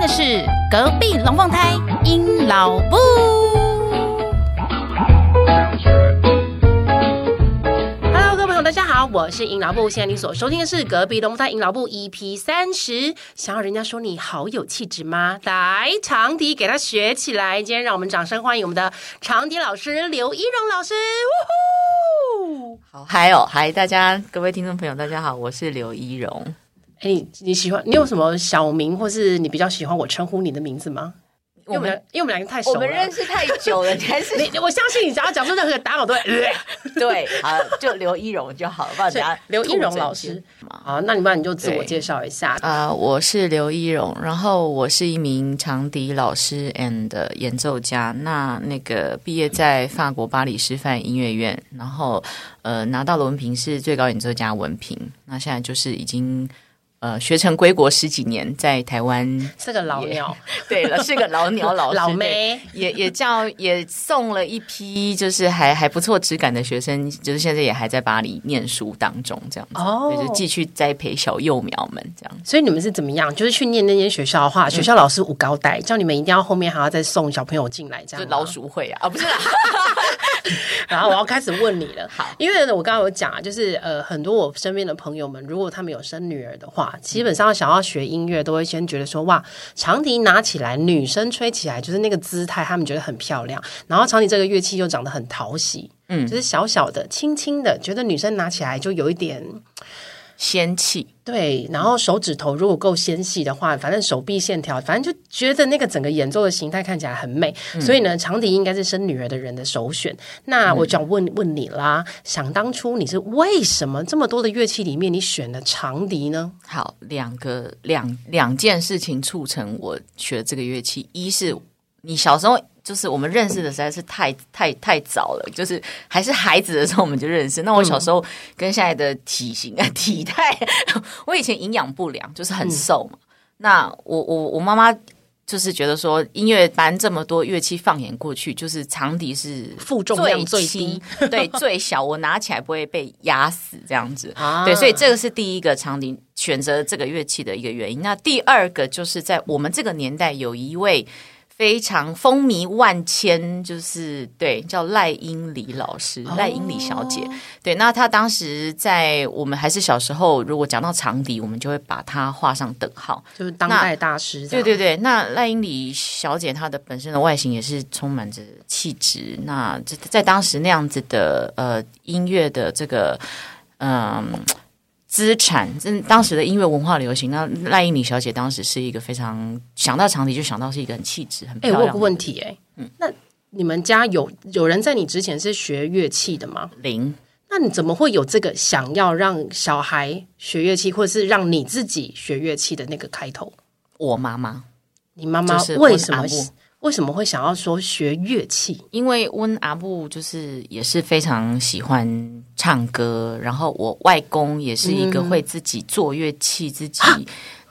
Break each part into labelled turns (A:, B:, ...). A: 的是隔壁龙凤胎鹰老布。
B: Hello，各位朋友，大家好，我是尹老布。现在你所收听的是隔壁龙泰尹老布 EP 三十。想要人家说你好有气质吗？来，长笛给他学起来。今天让我们掌声欢迎我们的长笛老师刘一荣老师。呜呼！
C: 好嗨哦，嗨！大家各位听众朋友，大家好，我是刘一荣。
B: 哎，你你喜欢你有什么小名，或是你比较喜欢我称呼你的名字吗？因为我们两因为我们两个太熟
C: 我
B: 了。
C: 们认识太久了，你还是
B: 你我相信你只要讲出任何打扰都会。 呃
C: 对，好，就刘一荣就好，不然等下
B: 是刘一荣老
C: 吐
B: 师
C: 真言嘛。
B: 好，那你不然你就自我
C: 对
B: 介绍一下。
C: 啊、我是刘一荣，然后我是一名长笛老师 and 演奏家。那那个毕业在法国巴黎师范音乐院，然后呃拿到了文凭是最高演奏家文凭。那现在就是已经呃学成归国十几年，在台湾
B: 是个老 鸟，
C: 对了，是个老鸟老师，
B: 老
C: 对
B: 妹，
C: 也也叫也送了一批，就是还还不错质感的学生，就是现在也还在巴黎念书当中，这样子，
B: 哦
C: 对就继续栽培小幼苗们这样。
B: 所以你们是怎么样？就是去念那间学校的话，学校老师五高带，叫你们一定要后面还要再送小朋友进来，这
C: 就
B: 样吗
C: 老。鼠会啊，啊不是啦，
B: 然后我要开始问你了，好，因为呢我刚刚有讲啊，就是呃，很多我身边的朋友们，如果他们有生女儿的话，基本上想要学音乐，都会先觉得说哇，长笛拿起来，女生吹起来，就是那个姿态，他们觉得很漂亮。然后长笛这个乐器又长得很讨喜，嗯，就是小小的、轻轻的，觉得女生拿起来就有一点。
C: 仙气。
B: 对，然后手指头如果够纤细的话，反正手臂线条，反正就觉得那个整个演奏的形态看起来很美，
C: 嗯
B: 所以呢，长笛应该是生女儿的人的首选。
C: 嗯
B: 那我就要问问你啦，想当初你是为什么这么多的乐器里面你选了长笛呢？
C: 好，两个两两件事情促成我学这个乐器，一是你小时候就是我们认识的实在是太太太早了，就是还是孩子的时候我们就认识。那我小时候跟现在的体型啊、 体态，我以前营养不良，就是
B: 嗯
C: 很瘦嘛。那我我我妈妈。就是觉得说，音乐班这么多乐器，放眼过去，就是长笛是
B: 负重量最
C: 轻
B: 低，
C: 对，最小，我拿起来不会被压死这样子。
B: 啊
C: 对，所以这个是第一个长笛选择这个乐器的一个原因。那第二个就是在我们这个年代，有一位非常风靡万千，就是对叫赖英里老师，赖英里小姐。对，那她当时在我们还是小时候，如果讲到长笛，我们就会把它画上等号。
B: 就是当代大师这
C: 对
B: 样，
C: 对对，那赖英里小姐她的本身的外形也是充满着气质，那在在当时那样子的呃音乐的这个嗯。资产，真当时的音乐文化流行。那赖英里小姐当时是一个非常想到长笛就想到是一个很气质、很
B: 哎，
C: 漂亮嗯
B: 我
C: 的
B: 有个问题、哎，那你们家有有人在你之前是学乐器的吗？
C: 零，
B: 那你怎么会有这个想要让小孩学乐器，或者是让你自己学乐器的那个开头？
C: 我妈妈。
B: 你妈妈
C: 就是
B: 为什么
C: 温阿布
B: 为什么会想要说学乐器？
C: 因为温阿布就是也是非常喜欢唱歌，然后我外公也是一个会自己做乐器，自己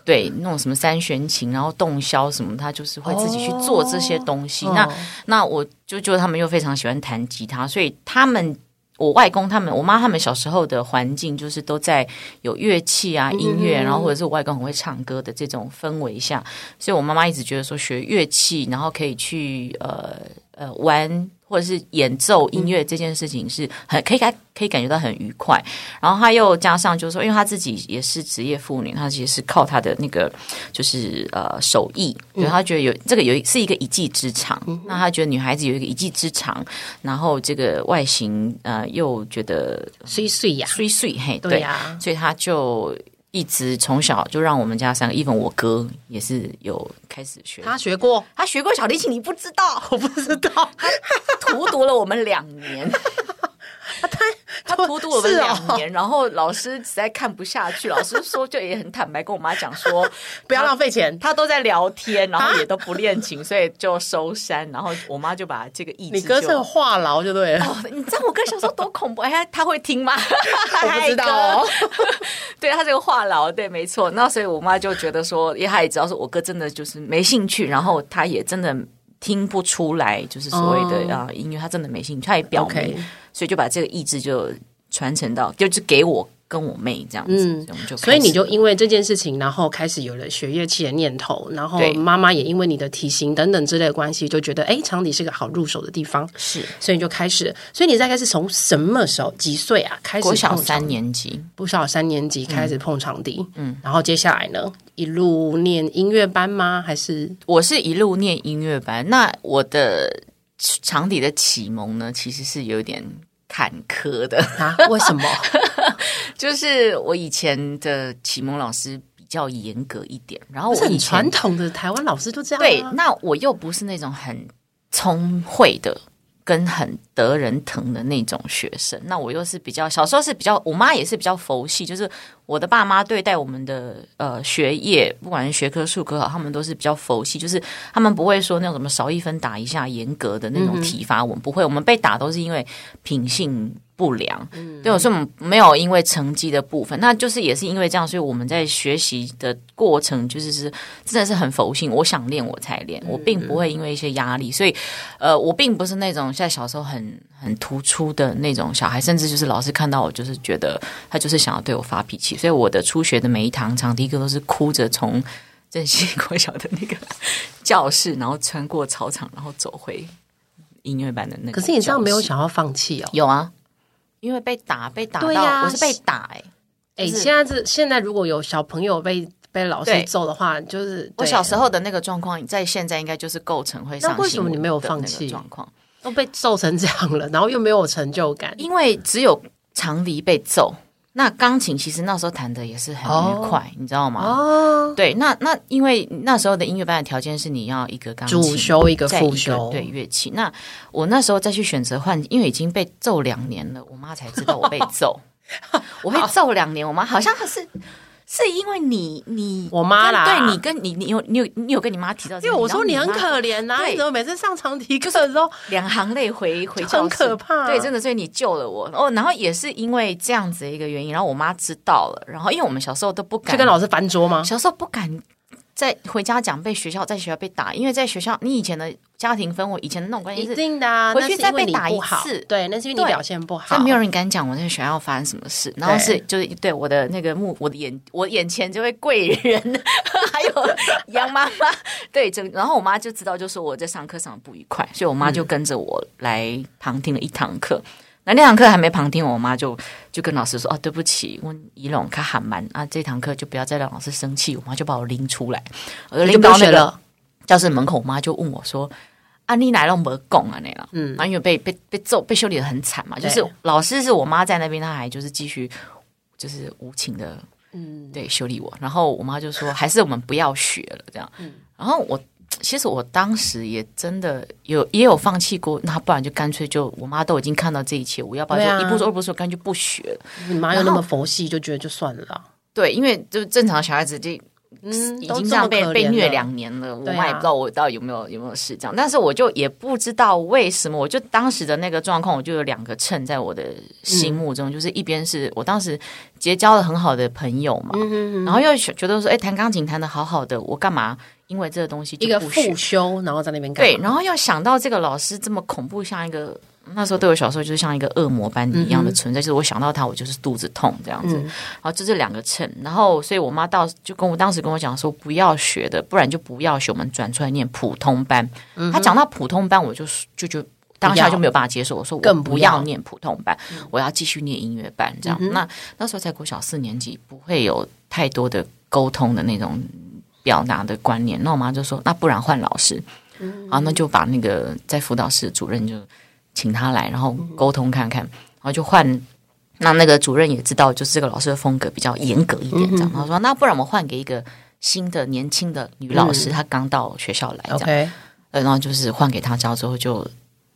C: 对那种什么三弦琴，然后洞箫什么，他就是会自己去做这些东西。那那我舅舅他们又非常喜欢弹吉他，所以他们。我外公他们、我妈他们小时候的环境，就是都在有乐器啊、音乐，然后或者是我外公很会唱歌的这种氛围下，所以我妈妈一直觉得说学乐器，然后可以去呃呃玩或者是演奏音乐这件事情是很可以感可以感觉到很愉快。然后她又加上就是说，因为她自己也是职业妇女，她其实是靠她的那个就是呃手艺，
B: 嗯
C: 所以她觉得有这个有是一个一技之长。那她觉得女孩子有一个一技之长，然后这个外形呃又觉得
B: 碎碎呀，
C: 碎碎嘿，
B: 对呀、
C: 所以他就一直从小就让我们家三个，even 我哥也是有开始学。
B: 他学过，
C: 他学过小提琴，你不知道，
B: 我不知 道，
C: 荼毒了我们两 年。 他荼毒我们
B: 啊是哦
C: 两年，然后老师实在看不下去，老师说就也很坦白跟我妈讲说，
B: 不要浪费钱。
C: 他都在聊天，然
B: 啊
C: 后也都不练琴，所以就收山。然后我妈就把这个意志
B: 你哥是
C: 就
B: 个话痨就对了，
C: 哦，你知道我哥小时候多恐怖？哎，他他会 听吗？我
B: 我不知道哦。
C: 对他这个话痨，对，没错。那所以我妈就觉得说，因为她也知道说我哥真的就是没兴趣，然后他也真的听不出来，就是所谓的
B: 哦
C: 啊、音乐，他真的没兴趣，他也表明
B: OK
C: 所以就把这个意志就传承到，就是给我跟我妹这样子，
B: 嗯
C: 所以我们就开始
B: 所以你就因为这件事情，然后开始有了学乐器的念头，然后
C: 对
B: 妈妈也因为你的体型等等之类的关系，就觉得哎，长笛是个好入手的地方，
C: 是
B: 所以你就开始。所以你大概是从什么时候几岁啊开始
C: 国
B: 碰长？
C: 小三年级，
B: 不小三年级开始碰长笛，嗯，然后接下来呢，一路念音乐班吗？还是
C: 我是一路念音乐班，那我的长笛的启蒙呢，其实是有点坎坷的。
B: 啊？为什么？
C: 就是我以前的启蒙老师比较严格一点，然后
B: 不是
C: 我以
B: 很传
C: 前
B: 统的台湾老师都这样、啊，
C: 对，那我又不是那种很聪慧的。跟很得人疼的那种学生，那我又是比较小时候是比较，我妈也是比较佛系，就是我的爸妈对待我们的呃学业，不管是学科、术科好，他们都是比较佛系，就是他们不会说那种什么少一分打一下严格的那种体罚，我们不会，我们被打都是因为品性不良，对，所以我们没有因为成绩的部分，那就是也是因为这样，所以我们在学习的过程就是是真的是很佛性，我想练我才
B: 嗯
C: 练，我并不会因为一些压力，所以呃，我并不是那种在小时候很很突出的那种小孩，甚至就是老师看到我就是觉得他就是想要对我发脾气，所以我的初学的每一堂长笛课都是哭着从 正西国小的那个教室，然后穿过操场，然后走回音乐班的那个。
B: 可是你这样没有
C: 想。
B: 想要放弃哦？
C: 有啊，因为被打，被打到、
B: 对呀
C: 我是被打哎、
B: 哎、
C: 就是
B: 现在这现在如果有小朋友被被老师
C: 对
B: 揍的话，就是
C: 我小时
B: 候
C: 候的那个状况，在现在应该就是构成会上
B: 那为什么你没有
C: 新闻
B: 放
C: 的
B: 弃
C: 那个状况？
B: 都被揍成这样了，然后又没有成就感，
C: 因为只有长笛被揍，那钢琴其实那时候弹的也是很愉快，你知道吗？
B: 哦，
C: 对，那那因为那时候的音乐班的条件是你要一个钢琴
B: 主修一个
C: 再一
B: 副
C: 个
B: 修，
C: 对乐器。那我那时候再去选择换，因为已经被揍两年了，我妈才知道我被 揍，我被揍两年，我妈好像是是因为你你
B: 我妈啦
C: 对你跟你你有你有你有跟你妈提到这
B: 因
C: 个，
B: 为我说你很
C: 然后妈
B: 可怜呐、
C: 对
B: 你怎么每次上长笛课的时候，
C: 两行泪回回
B: 就
C: 教
B: 很
C: 室
B: 可怕
C: 对，真的，所以你救了我哦。然后也是因为这样子的一个原因，然后我妈知道了，然后因为我们小时候都不敢
B: 去跟老师翻桌吗？
C: 小时候不敢在回家讲被学校在学校被打，因为在学校你以前的家庭氛围，以前的那种关系
B: 一
C: 是，
B: 定的、啊，
C: 回
B: 那
C: 去
B: 是
C: 再
B: 因为
C: 被
B: 你
C: 打
B: 不
C: 一
B: 好
C: 次
B: 对，那是因为你
C: 对
B: 表现不好，
C: 但没有人敢讲我在学校发生什么事，然后是就是对我的那个目，我的眼我眼前这位贵人，啊还 有杨妈妈，对，整然后我妈就知道，就说我在上课上得不愉快，所以我妈就跟着我来旁听了一堂课。那那堂课还没旁听，我妈就就跟老师说：“哦，对不起，我仪龙他喊蛮啊，这堂课就不要再让老师生气。”我妈就把我拎出来，我就
B: 你就
C: 拎
B: 不
C: 到那
B: 学
C: 个
B: 了，
C: 教室门口，我妈就问我说：“啊，你哪弄没供啊？那了，嗯，然后因为被被被揍，被修理的很惨嘛，
B: 对
C: 就是老师是我妈在那边，她还就是继续就是无情的，嗯，对，修理我。然后我妈就说，还是我们不要学了这样。
B: 嗯
C: 然后我其实我当时也真的有也有放弃过，那不然就干脆就我妈都已经看到这一切，我要不
B: 对
C: 然
B: 啊
C: 就一步走二步走，干脆就不学了。
B: 你妈又那么佛系，就觉得就算了啦，
C: 对，因为就正常小孩子就
B: 嗯，
C: 已
B: 都
C: 经
B: 么
C: 这样被
B: 可怜
C: 被
B: 了
C: 虐两年了，我
B: 对啊
C: 妈也不知道我到底有没有有没有事这样，但是我就也不知道为什么，我就当时的那个状况，我就有两个秤在我的
B: 嗯
C: 心目中，就是一边是我当时结交了很好的朋友嘛，
B: 嗯
C: 然后又觉得说，哎，弹钢琴弹的好好的，我干嘛因为这个东西就
B: 一个
C: 不学
B: 复修，然后在那边干嘛
C: 对，然后要想到这个老师这么恐怖，像一个那时候对我小时候就是像一个恶魔般一样的存在，就是我想到他，我就是肚子痛这样子。然后就这两个秤，然后所以我妈到就跟我当时跟我讲说，不要学的，不然就不要学，我们转出来念普通班。他讲到普通班，我就就就。当下就没有办法接受，我说我
B: 更不
C: 不
B: 要
C: 要嗯念普通班，我要继续念音乐班。这样，那那时候才国小四年级，不会有太多的沟通的那种表达的观念。那我妈就说，那不然换老师。然后那就把那个在辅导室的主任就请他来，然后沟通看看，然后就换。那那个主任也知道，就是这个老师的风格比较严格一点，这样。他说：“那不然我们换给一个新的年轻的女老师，她刚到学校来，这样。
B: ，OK，
C: 呃然后就是换给他教之后就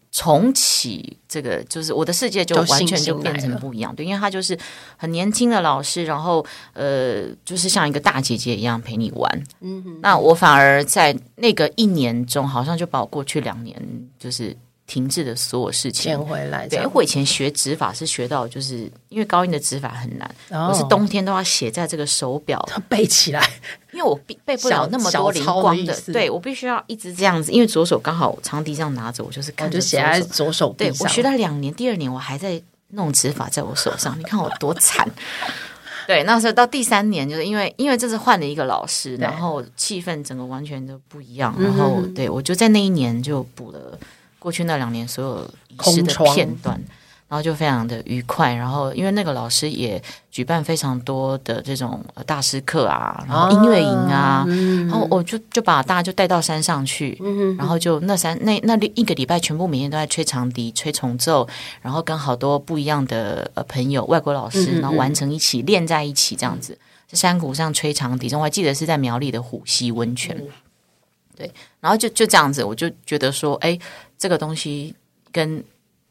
C: 重启这个，就是我的世界就
B: 就
C: 完
B: 信
C: 全
B: 心
C: 就变
B: 来
C: 成
B: 了
C: 不一样，对，因为他就是很年轻的老师，然后呃，就是像一个大姐姐一样陪你玩。嗯，那我反而在那个一年中，好像就把我过去两年就是停滞的所有事情
B: 捡。回来这
C: 对，
B: 样，
C: 我以前学指法是学到，就是因为高音的指法很难，
B: 哦
C: 我是冬天都要写在这个手表
B: 背起 来，
C: 因为我背背不了那么多灵
B: 小小抄
C: 光
B: 的意
C: 的，
B: 思
C: 对我必须要一直这样子，因为左手刚好长笛这样拿着，我就是
B: 我
C: 看着
B: 哦就写
C: 左
B: 在
C: 手。
B: 左手臂
C: 对
B: 上。
C: 我学了两年，第二年我还在弄指法在我手上，你看我多惨。 对，那时候到第三年，就是因为因为这次换了一个老师，
B: 对
C: 然后气氛整个完全都不一样。
B: 嗯
C: 然后对我就在那一年就补了过去那两年所有仪式
B: 空
C: 的
B: 窗
C: 片段，然后就非常的愉快。然后因为那个老师也举办非常多的这种呃大师课啊，然后音乐营啊，然后我就就把大家就带到山上去，然后就那三那那一个礼拜全部每天都在吹长笛、吹重奏，然后跟好多不一样的呃朋友、外国老师，然后完成一起练在一起这样子，在山谷上吹长笛，我还记得是在苗栗的虎溪温泉，对，然后就就这样子，我就觉得说，哎，这个东西跟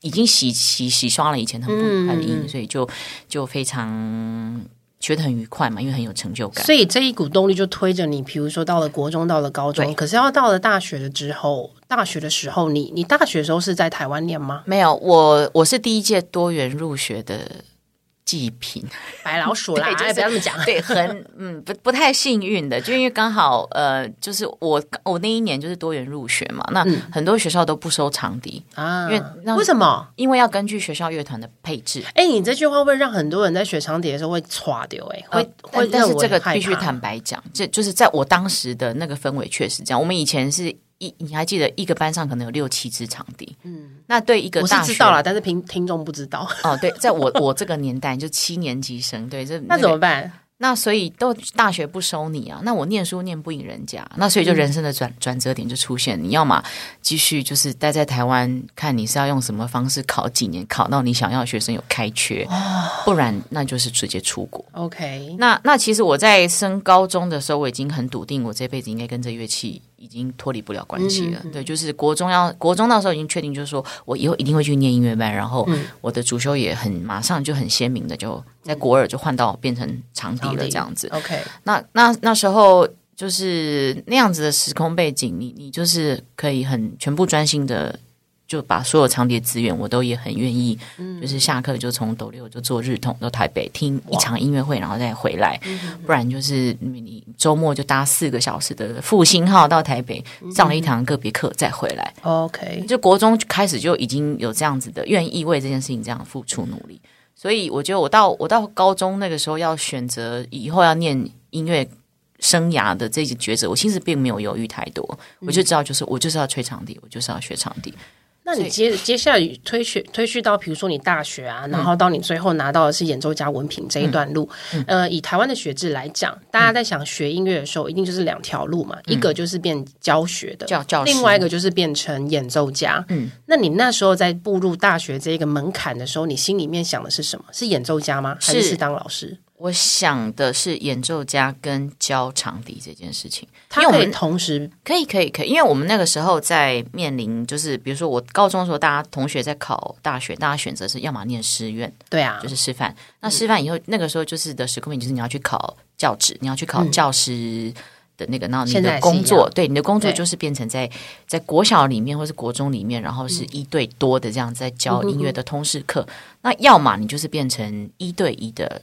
C: 已经洗洗洗刷了以前很不愉快的阴影，所以就就非常觉得很愉快嘛，因为很有成就感。
B: 所以这一股动力就推着你，比如说到了国中，到了高中，
C: 对
B: 可是要到了大学了之后，大学的时候，你你大学的时候是在台湾念吗？
C: 没有，我我是第一届多元入学的祭品，
B: 白老鼠 啦，
C: 对就是
B: 哎不要这么讲。
C: 对，很 嗯不不太幸运的，就因为刚好呃，就是我我那一年就是多元入学嘛，那
B: 嗯
C: 很多学校都不收长笛，
B: 啊，
C: 因为那
B: 为什么？
C: 因为要根据学校乐团的配置。
B: 哎、你这句话会让很多人在学长笛的时候会歘掉、哎，会、
C: 哦但
B: 会
C: 但
B: 认
C: 是
B: 为
C: 这个
B: 害
C: 必须
B: 怕
C: 坦白讲，这就是在我当时的那个氛围确实这样。我们以前是一，你还记得一个班上可能有六七支长笛，嗯，那对一个
B: 我是
C: 大学
B: 知道了，但是听听众不知道，
C: 哦，对，在我我这个年代就七年级生，对，这
B: 那
C: 个
B: 怎么办？
C: 那所以都大学不收你啊，那我念书念不赢人家，那所以
B: 嗯
C: 就人生的转、转折点就出现，你要么继续就是待在台湾，看你是要用什么方式考几年，考到你想要的学生有开缺，
B: 啊
C: 不然那就是直接出国。
B: OK，
C: 那那其实我在升高中的时候，我已经很笃定，我这辈子应该跟这乐器已经脱离不了关
B: 嗯
C: 系了。对，就是国中要国中那时候已经确定，就是说我以后一定会去念音乐班，然
B: 嗯
C: 后我的主修也很马上就很鲜明的就在国二就换到变成长笛
B: 长
C: 了
B: 笛
C: 这样子。
B: OK，
C: 那那那时候就是那样子的时空背景，你你就是可以很全部专心的。就把所有长笛资源，我都也很愿意，就是下课就从斗六就坐日统到台北听一场音乐会，然后再回来，不然就是你你周末就搭四个小时的复兴号到台北上了一堂个别课再回来。
B: OK，
C: 就国中就开始就已经有这样子的愿意为这件事情这样付出努力，所以我觉得我到我到高中那个时候要选择以后要念音乐生涯的这些抉择，我其实并没有犹豫太多，我就知道就是我就是要吹长笛，我就是要学长笛。
B: 那你接接下来推学推去到，比如说你大学
C: 嗯
B: 啊，然后到你最后拿到的是演奏家文凭这一段路，
C: 嗯
B: 呃，以台湾的学制来讲，大家在想学音乐的时候，一定就是两条路嘛，一个就是变教学的
C: 嗯教教师
B: 另外一个就是变成演奏家。嗯，那你那时候在步入大学这个门槛的时候，你心里面想的是什么？是演奏家吗？还是
C: 是
B: 是当老师？
C: 我想的是演奏家跟教长笛这件事情，
B: 他
C: 因为我
B: 可以
C: 们
B: 同时
C: 可以，可以，可以，因为我们那个时候在面临，就是比如说我高中的时候，大家同学在考大学，大家选择是要么念师院，
B: 对啊
C: 就，是师范。那师范以后，那个时候就是的时空背景，就是你要去考教职，你要去考教师的那个，然后你
B: 嗯现在也
C: 的
B: 是
C: 工
B: 一
C: 作
B: 样，
C: 对你的工作
B: 对
C: 就是变成在在国小里面或是国中里面，然后
B: 嗯
C: 是一对多的这样在教音乐的通识课。那要么你就是变成一对一的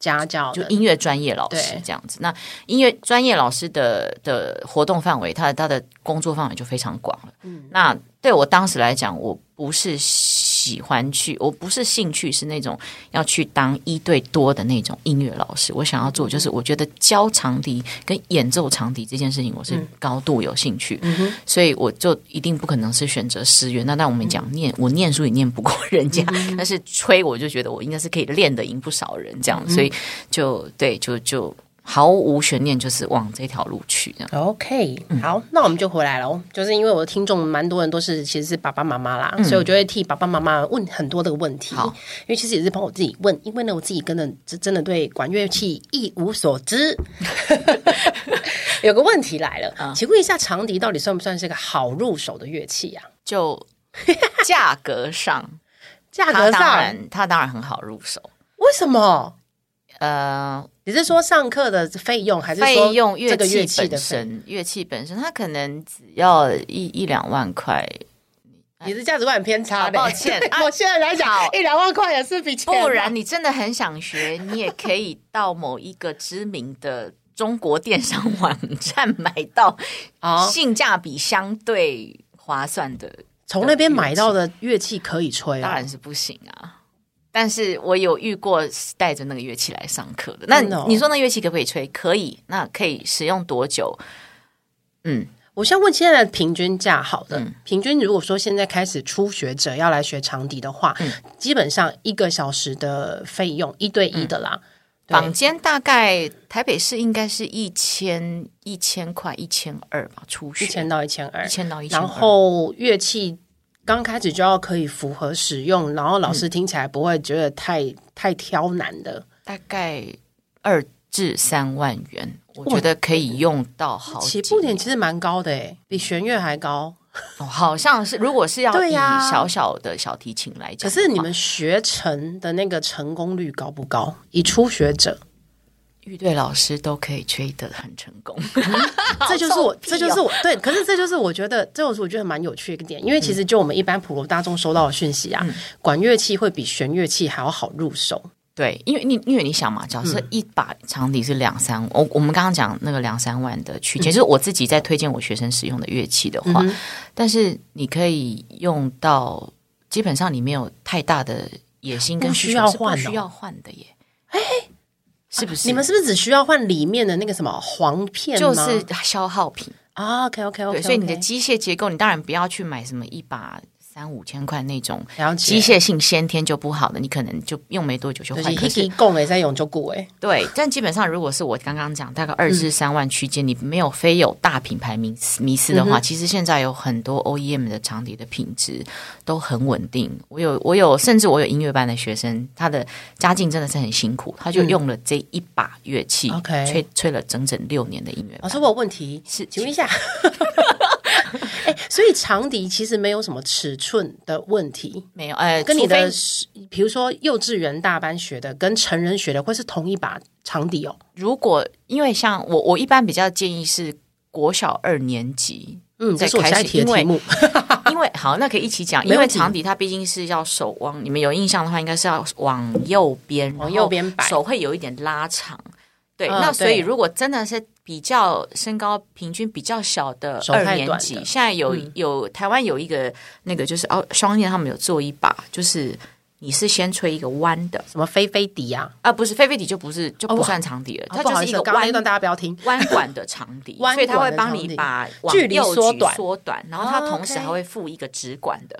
B: 家教的
C: 就音乐专业老师
B: 对
C: 这样子。那音乐专业老师的的活动范围，他的他的工作范围就非常广了。
B: 嗯
C: 那对我当时来讲，我不是喜欢去，我不是兴趣是那种要去当一对多的那种音乐老师。我想要做就是，我觉得教长笛跟演奏长笛这件事情，我是高度有兴趣，
B: 嗯
C: 所以我就一定不可能是选择师源。那那我们讲念， 我念书也念不过人家，
B: 嗯
C: 但是吹我就觉得我应该是可以练得赢不少人
B: 嗯
C: 这样，所以就对，就就毫无悬念，就是往这条路去这样。
B: OK，好，
C: 嗯
B: 那我们就回来喽。就是因为我的听众蛮多人都是其实是爸爸妈妈啦，所以我就会替爸爸妈妈问很多的问题，
C: 嗯好
B: 因为其实也是帮我自己问，因为呢我自己真的真真的对管乐器一无所 知。 有个问题来了，
C: 啊
B: 请问一下，长笛到底算不算是个好入手的乐器啊？
C: 就价格上，
B: 价
C: 它
B: 格
C: 当
B: 上
C: 然它当然很好入手。
B: 为什么？
C: 呃，
B: 你是说上课的费用，还是
C: 费
B: 说
C: 用
B: 这
C: 乐
B: 个乐器
C: 器
B: 的
C: 本
B: 费用？
C: 身，乐器本身，它可能只要一一两万块，
B: 你的价值观很偏差
C: 好
B: 的、
C: 抱 歉啊
B: 我现在来讲
C: 好，
B: 一两万块也是比钱啊
C: 不然你真的很想学，你也可以到某一个知名的中国电商网站买 到
B: 哦
C: 性价比相对划算的，
B: 从那边买到的乐器可以吹、啊，
C: 当然是不行啊。但是我有遇过是带着那个乐器来上课的。那
B: 真的哦
C: 你说那乐器可不可以吹？可以。那可以使用多久？嗯，
B: 我先问现在的平均价，好的，
C: 嗯
B: 平均如果说现在开始初学者要来学长笛的话，
C: 嗯
B: 基本上一个小时的费用一对一的啦，
C: 嗯
B: 对
C: 坊间大概台北市应该是一千一千块一千二吧，初学
B: 一千到一千二
C: 一，千到一千二。
B: 然后乐器刚开始就要可以符合使用，然后老
C: 嗯
B: 师听起来不会觉得太、太挑难的。
C: 大概二至三万元，我
B: 哇
C: 觉得可以用到好
B: 起
C: 几
B: 步点其实蛮高的诶，比弦乐还高。
C: 哦好像是如果是要
B: 对
C: 以
B: 呀
C: 小小的小提琴来
B: 可
C: 讲的话，
B: 是你们学成的那个成功率高不高？以初学者，
C: 乐队老师都可以吹得很成功，
B: 这就是我，
C: 臭屁
B: 这
C: 哦
B: 就是我对。可是这就是我觉得，这就是我觉得蛮有趣的一个点，因为其实就我们一般普罗大众收到的讯息啊，管乐器会比弦乐器还要好入手。
C: 对，因为你因为你想嘛，假
B: 嗯
C: 设一把长笛是两三，我我们刚刚讲那个两三万的区间，就是我自己在推荐我学生使用的乐器的
B: 嗯
C: 话，但是你可以用到，基本上你没有太大的野心跟
B: 不
C: 需
B: 需
C: 求，
B: 要
C: 是不
B: 换哦啊
C: 需要换的耶。哎，是不是？
B: 你们是不是只需要换里面的那个什么簧片吗？
C: 就是消耗品，
B: 啊，OK OK OK，
C: 对，所以你的机械结构，你当然不要去买什么一把三五千块那种
B: 了解
C: 机械性先天就不好的，你可能就用没多久就
B: 就
C: 换。
B: 是
C: 可是
B: 一共诶，在用就顾诶。
C: 对，但基本上如果是我刚刚讲大概二
B: 嗯
C: 至三万区间，你没有非有大品牌迷思迷思的
B: 嗯
C: 话，其实现在有很多 OEM 的长笛的品质都很稳定。我有我有，甚至我有音乐班的学生，他的家境真的是很辛苦，他就用了这一把乐器，
B: 嗯 OK
C: 吹吹了整整六年的音乐
B: 老哦
C: 班。
B: 师，我有问题，
C: 是
B: 请问一下， 哎、所以长笛其实没有什么尺寸的问题，
C: 没有，呃，
B: 跟你
C: 除非
B: 的比如说幼稚园大班学的跟成人学的会是同一把长笛哦。
C: 如果因为像我，我一般比较建议是国小二年级，
B: 嗯，这
C: 再
B: 是我
C: 开
B: 下一
C: 始，
B: 题
C: 因
B: 的题
C: 为
B: 目。
C: 因为好，那可以一起讲，
B: 没
C: 因为
B: 问题
C: 长笛它毕竟是要手往，你们有印象的话，应该是要往右边，
B: 往
C: 然后
B: 右哦边摆
C: 手会有一点拉长。对，
B: 嗯
C: 那所
B: 对
C: 以如果真的是比较身高平均比较小的
B: 手太
C: 二
B: 短
C: 年
B: 的嗯
C: 级，现在有、有台湾有一个那个就是哦，双燕他们有做一把，就是你是先吹一个弯的，
B: 什么飞飞笛啊？
C: 啊，不是菲菲笛就不是就
B: 哦
C: 不
B: 哇
C: 算长笛了，
B: 啊
C: 它
B: 不
C: 就
B: 好
C: 是
B: 意
C: 一
B: 思
C: 个，
B: 刚刚
C: 弯
B: 那段大家不要听。，
C: 弯管的长笛
B: 弯管的
C: 所以它会帮你把往
B: 距离
C: 右
B: 缩
C: 举
B: 短
C: 缩短，然后
B: 哦
C: 它同时
B: OK
C: 还会附一个直管的。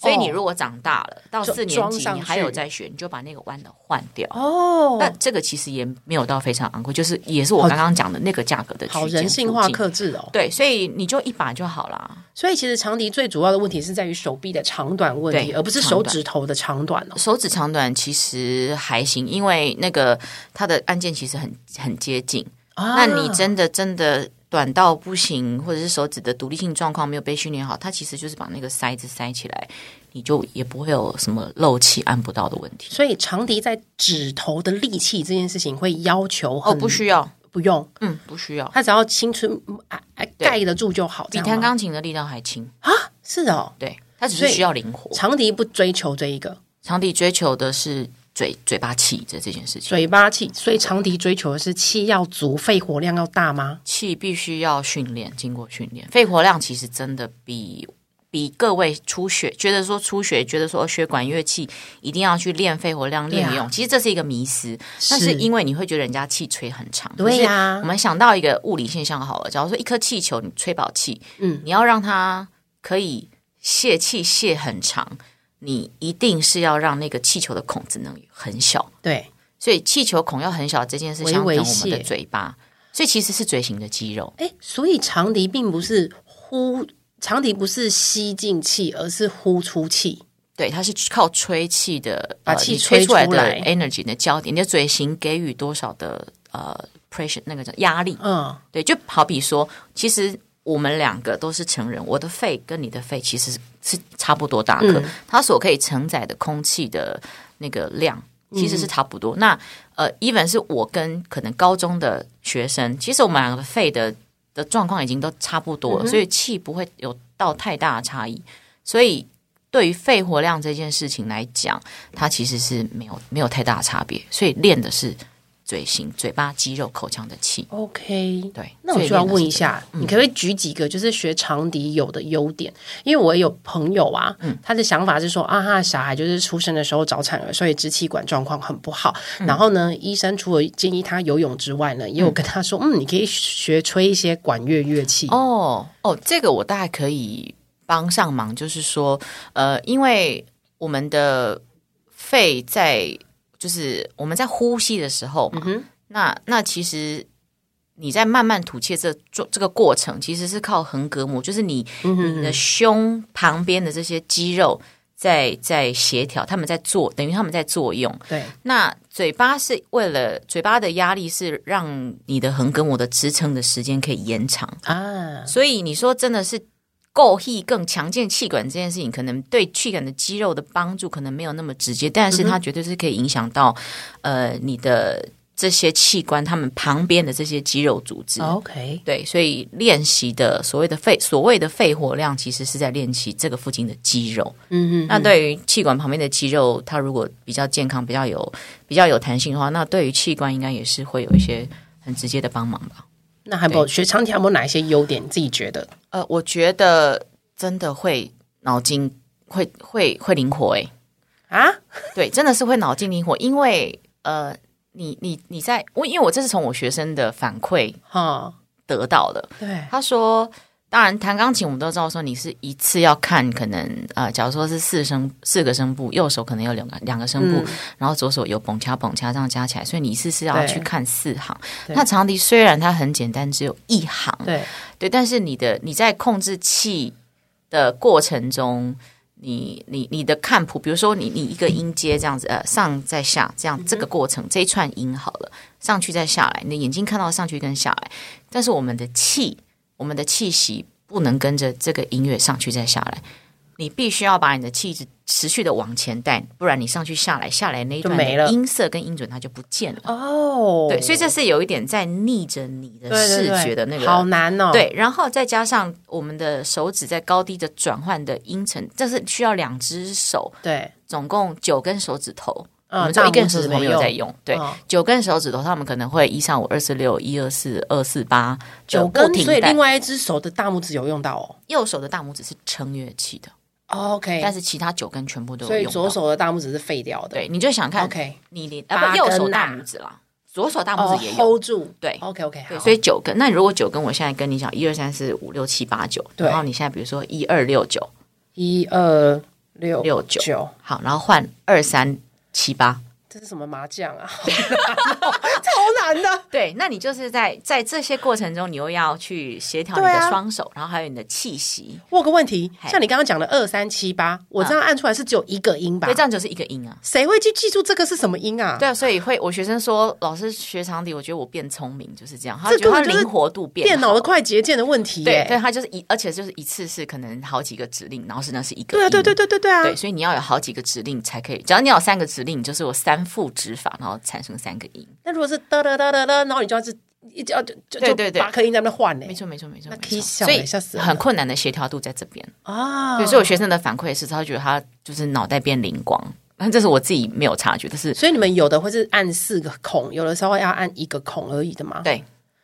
C: 所以你如果长大了，到
B: 就
C: 四年
B: 装
C: 级
B: 上
C: 你还有
B: 去
C: 在学，你就把那个弯的换掉。
B: 哦
C: 那这个其实也没有到非常昂贵，就是也是我
B: 好
C: 刚刚讲的那个价格的区
B: 好
C: 间
B: 人性
C: 附
B: 化
C: 近
B: 克制哦。
C: 对，所以你就一把就好啦。
B: 所以其实长笛最主要的问题是在于手臂的长短问题，
C: 对
B: 而不是手指头的长短哦。
C: 手指长短其实还行，因为那个它的按键其实很很接近。那你
B: 啊
C: 真的真的短到不行，或者是手指的独立性状况没有被训练好，它其实就是把那个塞子塞起来，你就也不会有什么漏气按不到的问题。
B: 所以长笛在指头的力气这件事情会要求
C: 哦，
B: 很
C: 不需要，
B: 不用，
C: 嗯，不需要，
B: 它只要青春哎哎盖得住就好。
C: 比
B: 这
C: 弹
B: 样吗
C: 钢琴的力道还轻，
B: 是哦，
C: 对，它只
B: 所
C: 是
B: 以
C: 需要灵活。
B: 长笛不追求这一个
C: 长笛追求的是嘴嘴巴气这这件事情，
B: 嘴巴气，所以长笛追求的是气要足，肺活量要大吗？
C: 气必须要训练，经过训练，肺活量其实真的比。比各位初学觉得说初学觉得说学管乐器一定要去练肺活量练
B: 对啊
C: 用，其实这是一个迷思。但是因为你会觉得人家气吹很长，
B: 对啊呀、
C: 可是我们想到一个物理现象好了，假如说一颗气球你吹饱气，
B: 嗯
C: 嗯，你要让它可以泄气泄很长，你一定是要让那个气球的孔只能很小，
B: 对，
C: 所以气球孔要很小这件事
B: 微
C: 相等
B: 微
C: 于我们的
B: 泄
C: 嘴巴，所以其实是嘴型的肌肉。
B: 哎，所以长笛并不是呼，长笛不是吸进气，而是呼出气。
C: 对，它是靠吹气的，
B: 把
C: 呃
B: 气
C: 你吹
B: 吹
C: 出来
B: 出
C: 的
B: 来
C: energy 你的焦点，你的嘴型给予多少的呃 pressure 那个叫压力，
B: 嗯，
C: 对，就好比说，其实我们两个都是成人，我的肺跟你的肺其实是差不多大个，
B: 嗯
C: 它所可以承载的空气的那个量其实是差不多。那呃，even 是我跟可能高中的学生，其实我们两个肺的的状况已经都差不多了，所以气不会有到太大的差异。所以对于肺活量这件事情来讲，它其实是没有没有太大的差别，所以练的是。嘴型、嘴巴肌肉、口腔的气。
B: OK，
C: 对，
B: 那我就要问一下，你可不可以举几个就是学长笛有的优点？因为我有朋友啊，他的想法是说啊，他的小孩就是出生的时候早产儿，所以支气管状况很不好。然后呢，医生除了建议他游泳之外呢，也有跟他说，嗯嗯，你可以学吹一些管乐乐器。
C: 哦哦，这个我大概可以帮上忙，就是说，呃，因为我们的肺在，就是我们在呼吸的时候嘛，
B: 嗯
C: 那那其实。你在慢慢吐气这这这个过程，其实是靠横膈膜，就是你
B: 嗯
C: 你的胸旁边的这些肌肉在在协调，他们在做，等于他们在作用。
B: 对，
C: 那嘴巴是为了嘴巴的压力是让你的横膈膜的支撑的时间可以延长，
B: 啊，
C: 所以你说真的是够气更强健气管这件事情，可能对气管的肌肉的帮助可能没有那么直接，但是它绝对是可以影响到、呃你的这些器官，它们旁边的这些肌肉组织。
B: OK，
C: 对，所以练习的所谓的肺，所谓的肺活量，其实是在练习这个附近的肌肉。
B: 嗯嗯，
C: 那对于气管旁边的肌肉，它如果比较健康、比较有比较有弹性的话，那对于器官应该也是会有一些很直接的帮忙吧。
B: 那还有学长笛还有没有哪一些优点？你自己觉得？
C: 呃，我觉得真的会脑筋会会会灵活诶、欸
B: 啊，
C: 对，真的是会脑筋灵活，因为呃，你你你在我，因为我这是从我学生的反馈
B: 哈，
C: 得到的，
B: 对，
C: 他说，当然弹钢琴我们都知道说你是一次要看可能呃，假如说是四声四个声部，右手可能有两个两个声部，
B: 嗯
C: 然后左手有蹦掐蹦掐这样加起来，所以你一次是要
B: 对
C: 去看四行。
B: 对
C: 那长笛虽然它很简单，只有一行，
B: 对，
C: 对，但是你的你在控制气的过程中。你你你的看谱，比如说你你一个音阶这样子，呃，上再下，这样这
B: 嗯
C: 个过程，这一串音好了，上去再下来，你的眼睛看到上去跟下来，但是我们的气，我们的气息不能跟着这个音乐上去再下来，你必须要把你的气质持续的往前带，不然你上去下来下来那一
B: 就
C: 段
B: 没了
C: 的音色跟音准它就不见了。
B: 哦，
C: 对，所以这是有一点在逆着你的
B: 对对
C: 视
B: 对
C: 觉的那个
B: 好难哦，，
C: 对，然后再加上我们的手指在高低的转换的音程，这是需要两只手，
B: 对，
C: 总共九根手指头。
B: 嗯
C: 我们只有一根
B: 大拇指
C: 手指头
B: 没
C: 没有在
B: 用
C: 用，对
B: 嗯，
C: 九根手指头，他们可能会一三五、二四六、一二四、二四八，
B: 九
C: 不
B: 根，
C: 停
B: 所以
C: 带
B: 另外一只手的大拇指有用到哦。
C: 右手的大拇指是撑乐器的，
B: OK，
C: 但是其他九根全部都
B: 哎
C: 有
B: 所以
C: 用到。
B: 左手的大拇指是废掉的。
C: 对，你就想看
B: OK
C: 你你
B: 八
C: 啊不右手
B: 根啊
C: 大拇指啦，左手大拇
B: 哦
C: 指也有，
B: ，hold 住。
C: 对
B: OK OK，好。
C: 对，所以九根。那如果九根，我现在跟你讲，一二三四五六七八九，
B: 对
C: 然后你现在比如说一二六九，
B: 一二六
C: 六九
B: 九，
C: 好，然后换二三七八。
B: 这是什么麻将啊？ 好难哦 超难的。
C: 对，那你就是在在这些过程中，你又要去协调你
B: 对啊
C: 的双手，然后还有你的气息，
B: 我有个问题，
C: 嘿
B: 像你刚刚讲的二三七八，我这样按出来是只有一个音吧
C: 所以？这样就是一个音啊。
B: 谁会去记住这个是什么音啊？
C: 对，啊，所以会我学生说，老师学长笛，我觉得我变聪明就是这样，他
B: 这
C: 觉得
B: 根
C: 他
B: 本就是
C: 灵活度变
B: 电
C: 好
B: 脑的快捷键的问题
C: 对
B: 耶。
C: 对，他就是一，而且就是一次是可能好几个指令，然后是那是一个
B: 对啊，
C: 音，
B: 对对对对对啊！
C: 嗯对，所以你要有好几个指令才可以，只要你有三个指令，就是有三副指法，然后产生三个音。
B: 那如果是哒哒哒哒哒，然后你就要是一直要就就
C: 对
B: 就
C: 对对
B: 八颗音在那边换呢
C: 没错没错没错，没错
B: 可以笑
C: 所
B: 欸
C: 以
B: 吓死人
C: 很困难的协调度在这边。
B: 啊
C: 对，所以我学生的反馈是，他觉得他就是脑袋变灵光，但这是我自己没有察觉，但是
B: 所以你们有的会是按四个孔，有的时候要按一个孔而已的嘛。，
C: 对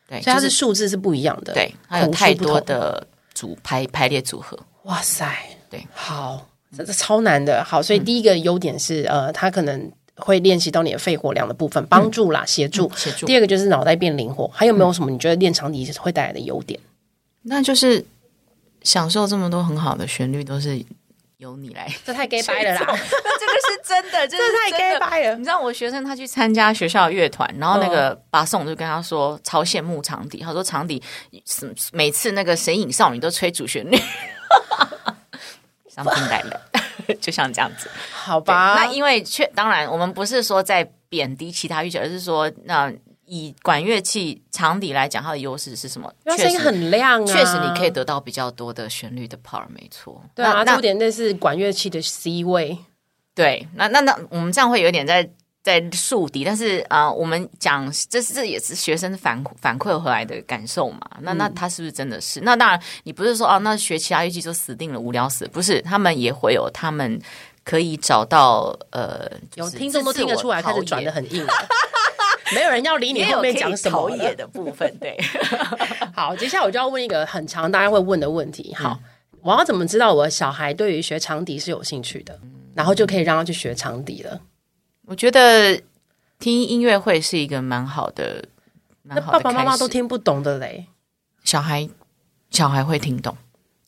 C: 对，
B: 所以它
C: 就是
B: 数字是不一样的。
C: 对，它有
B: 孔数
C: 太
B: 不
C: 多
B: 同。
C: 的组排排列组合，
B: 哇塞，
C: 对，嗯
B: 好，这这超难的。好，所以第一个优点是，呃，它可能会练习到你的肺活量的部分，帮助啦，协助。
C: 嗯协助嗯
B: 第。二个就是脑袋变灵活，还有没有什么你觉得练长笛会带来的优点？
C: 那就是享受这么多很好的旋律，都是由你来。
B: 这太 gay 掰了 啦，
C: 这个是真的，这
B: 这太 gay 掰了嗯
C: 你。知道我学生他去参加学校的乐团，然后那个巴颂就跟他说超羡慕长笛，他说长笛是每次那个《神隐少女》都吹 主旋律，伤心带泪， 就像这样子。
B: 好
C: 对
B: 吧，
C: 那因为确当然，我们不是说在贬低其他乐器，而是说那以管乐器长笛来讲，它的优势是什么？
B: 因为
C: 确
B: 声音
C: 实，
B: 很亮啊，
C: 确实你可以。得到比较多的旋律的 part，没错。
B: 对啊，这
C: 那那
B: 有点类似管乐器的 C 位。
C: 对，那那那我们这样会有点在在树敌，但是啊、呃我们讲这是这也是学生反反馈回来的感受嘛。那
B: 嗯
C: 那他是不是真的是？那当然，你不是说哦，那学其他乐器就死定了，无聊死了，不是？他们也会有他们。可以找到呃，就
B: 有
C: 是
B: 听众都
C: 自
B: 听得出来，开始转的
C: 自我
B: 很硬了。没有人要理你
C: 也
B: 后
C: 有可
B: 面
C: 以
B: 讲什
C: 陶
B: 么
C: 冶
B: 了。
C: 的部分，对，
B: 好，接下来我就要问一个很常大家会问的问题。
C: 嗯
B: 好，我要怎么知道我的小孩对于学长笛是有兴趣的？
C: 嗯
B: 然后就可以让他去学长笛了。
C: 我觉得听音乐会是一个蛮好的，
B: 那
C: 蛮好
B: 爸
C: 的
B: 爸妈妈
C: 开始
B: 都听不懂的嘞，
C: 小孩，小孩会听懂，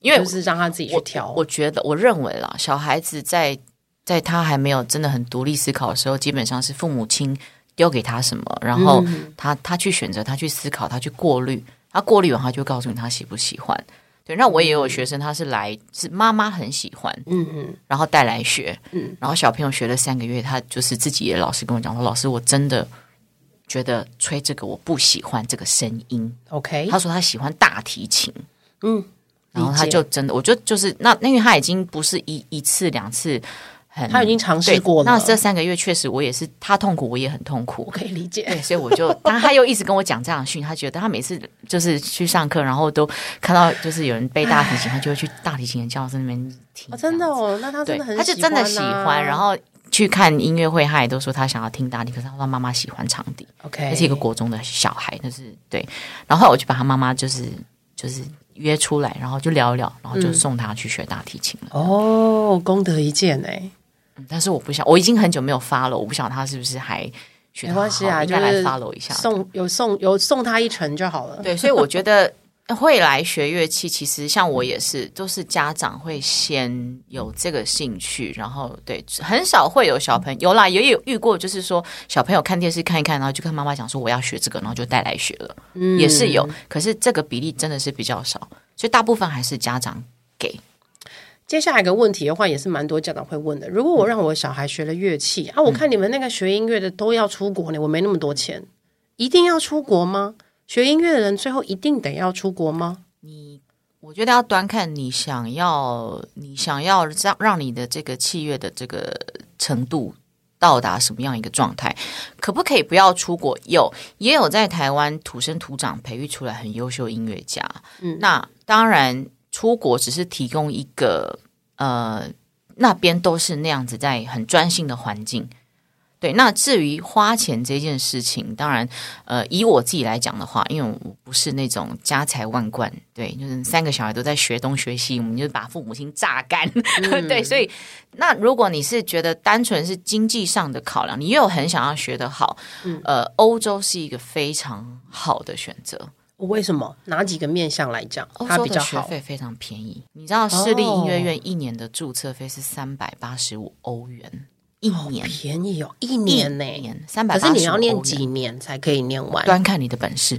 C: 因为
B: 就。是让他自己去
C: 我
B: 挑。
C: 我觉得，我认为啦，小孩子在在他还没有真的很独立思考的时候，基本上是父母亲丢给他什么，然后
B: 嗯
C: 他、他去选择，他去思考，他去过滤，他过滤完他就告诉你他喜不喜欢。对，那我也有学生，他是来是妈妈很喜欢，
B: 嗯嗯，
C: 然后带来学，
B: 嗯
C: 然后小朋友学了三个月，他就是自己也老师跟我讲说，老师我真的觉得吹这个我不喜欢这个声音，
B: ，OK，
C: 他说他喜欢大提琴，
B: 嗯，
C: 然后他
B: 理解
C: 就真的，我就就是那，那因为他已经不是一一次两次很，
B: 他已经尝试
C: 对
B: 过了
C: 那这三个月确实我也是，他痛苦我也很痛苦
B: 我。可以理解。
C: 对，所以我就，但他又一直跟我讲这样的讯，他觉得他每次就是去上课，然后都看到就是有人背大提琴，他就会去大提琴的教室那边听、
B: 哦，真的
C: 这样子
B: 哦，那他真
C: 对，
B: 的很、啊
C: 他就真的喜欢，然
B: 后
C: 后去看音乐会，他也都说他想要听大提，可是他说妈妈喜欢长笛，
B: OK，
C: 那是一个国中的小孩，就是对。然后后来我就把他妈妈就是就是约出来，然后就聊一聊，然后
B: 嗯
C: 就送他去学大提琴了。
B: 哦，功德一件哎、
C: 嗯但是我不想，我已经很久没有发了，我不晓得他是不是还
B: 没
C: 学得
B: 关系
C: 好
B: 啊，
C: 我应
B: 就
C: 该来
B: 是
C: follow 一下。
B: 送有送有送他一程就好了。
C: 对，所 以我觉得会来学乐器，其实像我也是，都是家长会先有这个兴趣，然后对，很少会有小朋友有啦，也有遇过，就是说小朋友看电视看一看，然后就跟妈妈讲说我要学这个，然后就带来学了，也是有，可是这个比例真的是比较少，所以大部分还是家长给。
B: 嗯接下来一个问题的话，也是蛮多家长会问的。如果我让我小孩学了乐器、
C: 嗯
B: 啊，我看你们那个学音乐的都要出国呢，我没那么多钱，一定要出国吗？学音乐的人最后一定得要出国吗？
C: 我觉得要端看你想要，你想要让让你的这个器乐的这个程度到达什么样一个状态，可不可以不要出国？有也有在台湾土生土长培育出来很优秀音乐家，嗯，那当然出国只是提供一个呃，那边都是那样子在很专心的环境。对，那至于花钱这件事情，当然，呃，以我自己来讲的话，因为我不是那种家财万贯，对，就是三个小孩都在学东学西，我们就把父母亲榨干，
B: 嗯
C: 对，所以那如果你是觉得单纯是经济上的考量，你又很想要学得好，
B: 嗯
C: 呃，欧洲是一个非常好的选择，
B: 为什么？哪几个面向来讲，
C: 欧
B: 它
C: 洲
B: 比
C: 的
B: 较
C: 学
B: 好？哦
C: 费非常便宜，你知道私立音乐院一年的注册费是三百八十五欧元，一年。
B: 便宜哦，一年呢、
C: 三百，
B: 可是你要念几年才可以念完？
C: 端看你的本事，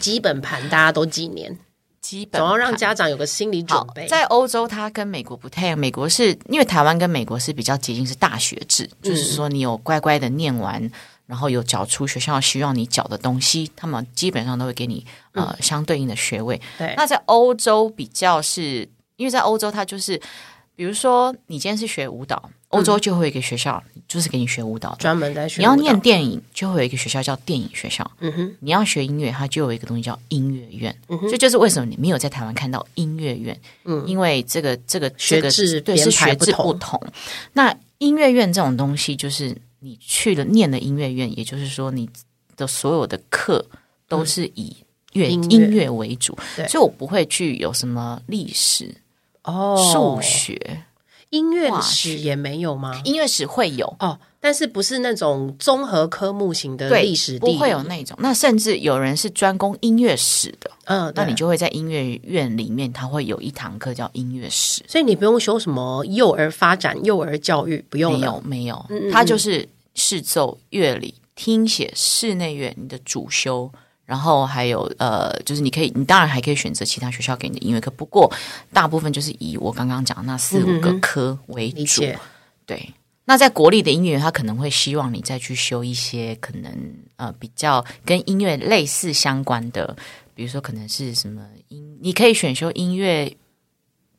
B: 基本盘大家都几年，
C: 基本
B: 总要让
C: 盘
B: 家长有个心理准
C: 好
B: 备。
C: 在欧洲，它跟美国不太一样。美国是因为台湾跟美国是比较接近是大学制，
B: 嗯
C: 就是说你有乖乖的念完，然后有缴出学校需要你缴的东西，他们基本上都会给你呃相对应的学位。
B: 嗯对
C: 那在欧洲比较是，因为在欧洲它就是，比如说你今天是学舞蹈，欧洲就会有一个学校就是给你学舞蹈的。
B: 专门在嗯学
C: 你要
B: 舞蹈
C: 念电影，就会有一个学校叫电影学校。
B: 嗯哼，
C: 你要学音乐，它就有一个东西叫音乐院。
B: 嗯
C: 这就是为什么你没有在台湾看到音乐院，因为这个这个
B: 学
C: 这个
B: 制
C: 对
B: 编
C: 是
B: 排
C: 学
B: 不
C: 制
B: 同
C: 不同。那音乐院这种东西，就是你去了念了音乐院，也就是说你的所有的课都是以乐、
B: 音乐
C: 音乐为主
B: 嗯对，
C: 所以我不会去有什么历史、
B: 哦，
C: 数学、
B: 音乐
C: 化
B: 史
C: 学
B: 也没有吗？
C: 音乐史会有。
B: 哦，但是不是那种综合科目型的
C: 对
B: 历史地
C: 不
B: 理？
C: 会有那种，那甚至有人是专攻音乐史的，
B: 嗯，
C: 那
B: 对
C: 你就会在音乐院里面，它会有一堂课叫音乐史。
B: 所以你不用修什么幼儿发展、幼儿教育，不用
C: 没
B: 了
C: 有没有
B: 嗯嗯，
C: 它就是视奏、乐理、听写、室内乐你的主修，然后还有呃，就是你可以，你当然还可以选择其他学校给你的音乐课，不过大部分就是以我刚刚讲的那四五个科为
B: 嗯理
C: 主。
B: 解
C: 对，那在国立的音乐院，他可能会希望你再去修一些可能呃比较跟音乐类似相关的，比如说可能是什么音，你可以选修音乐。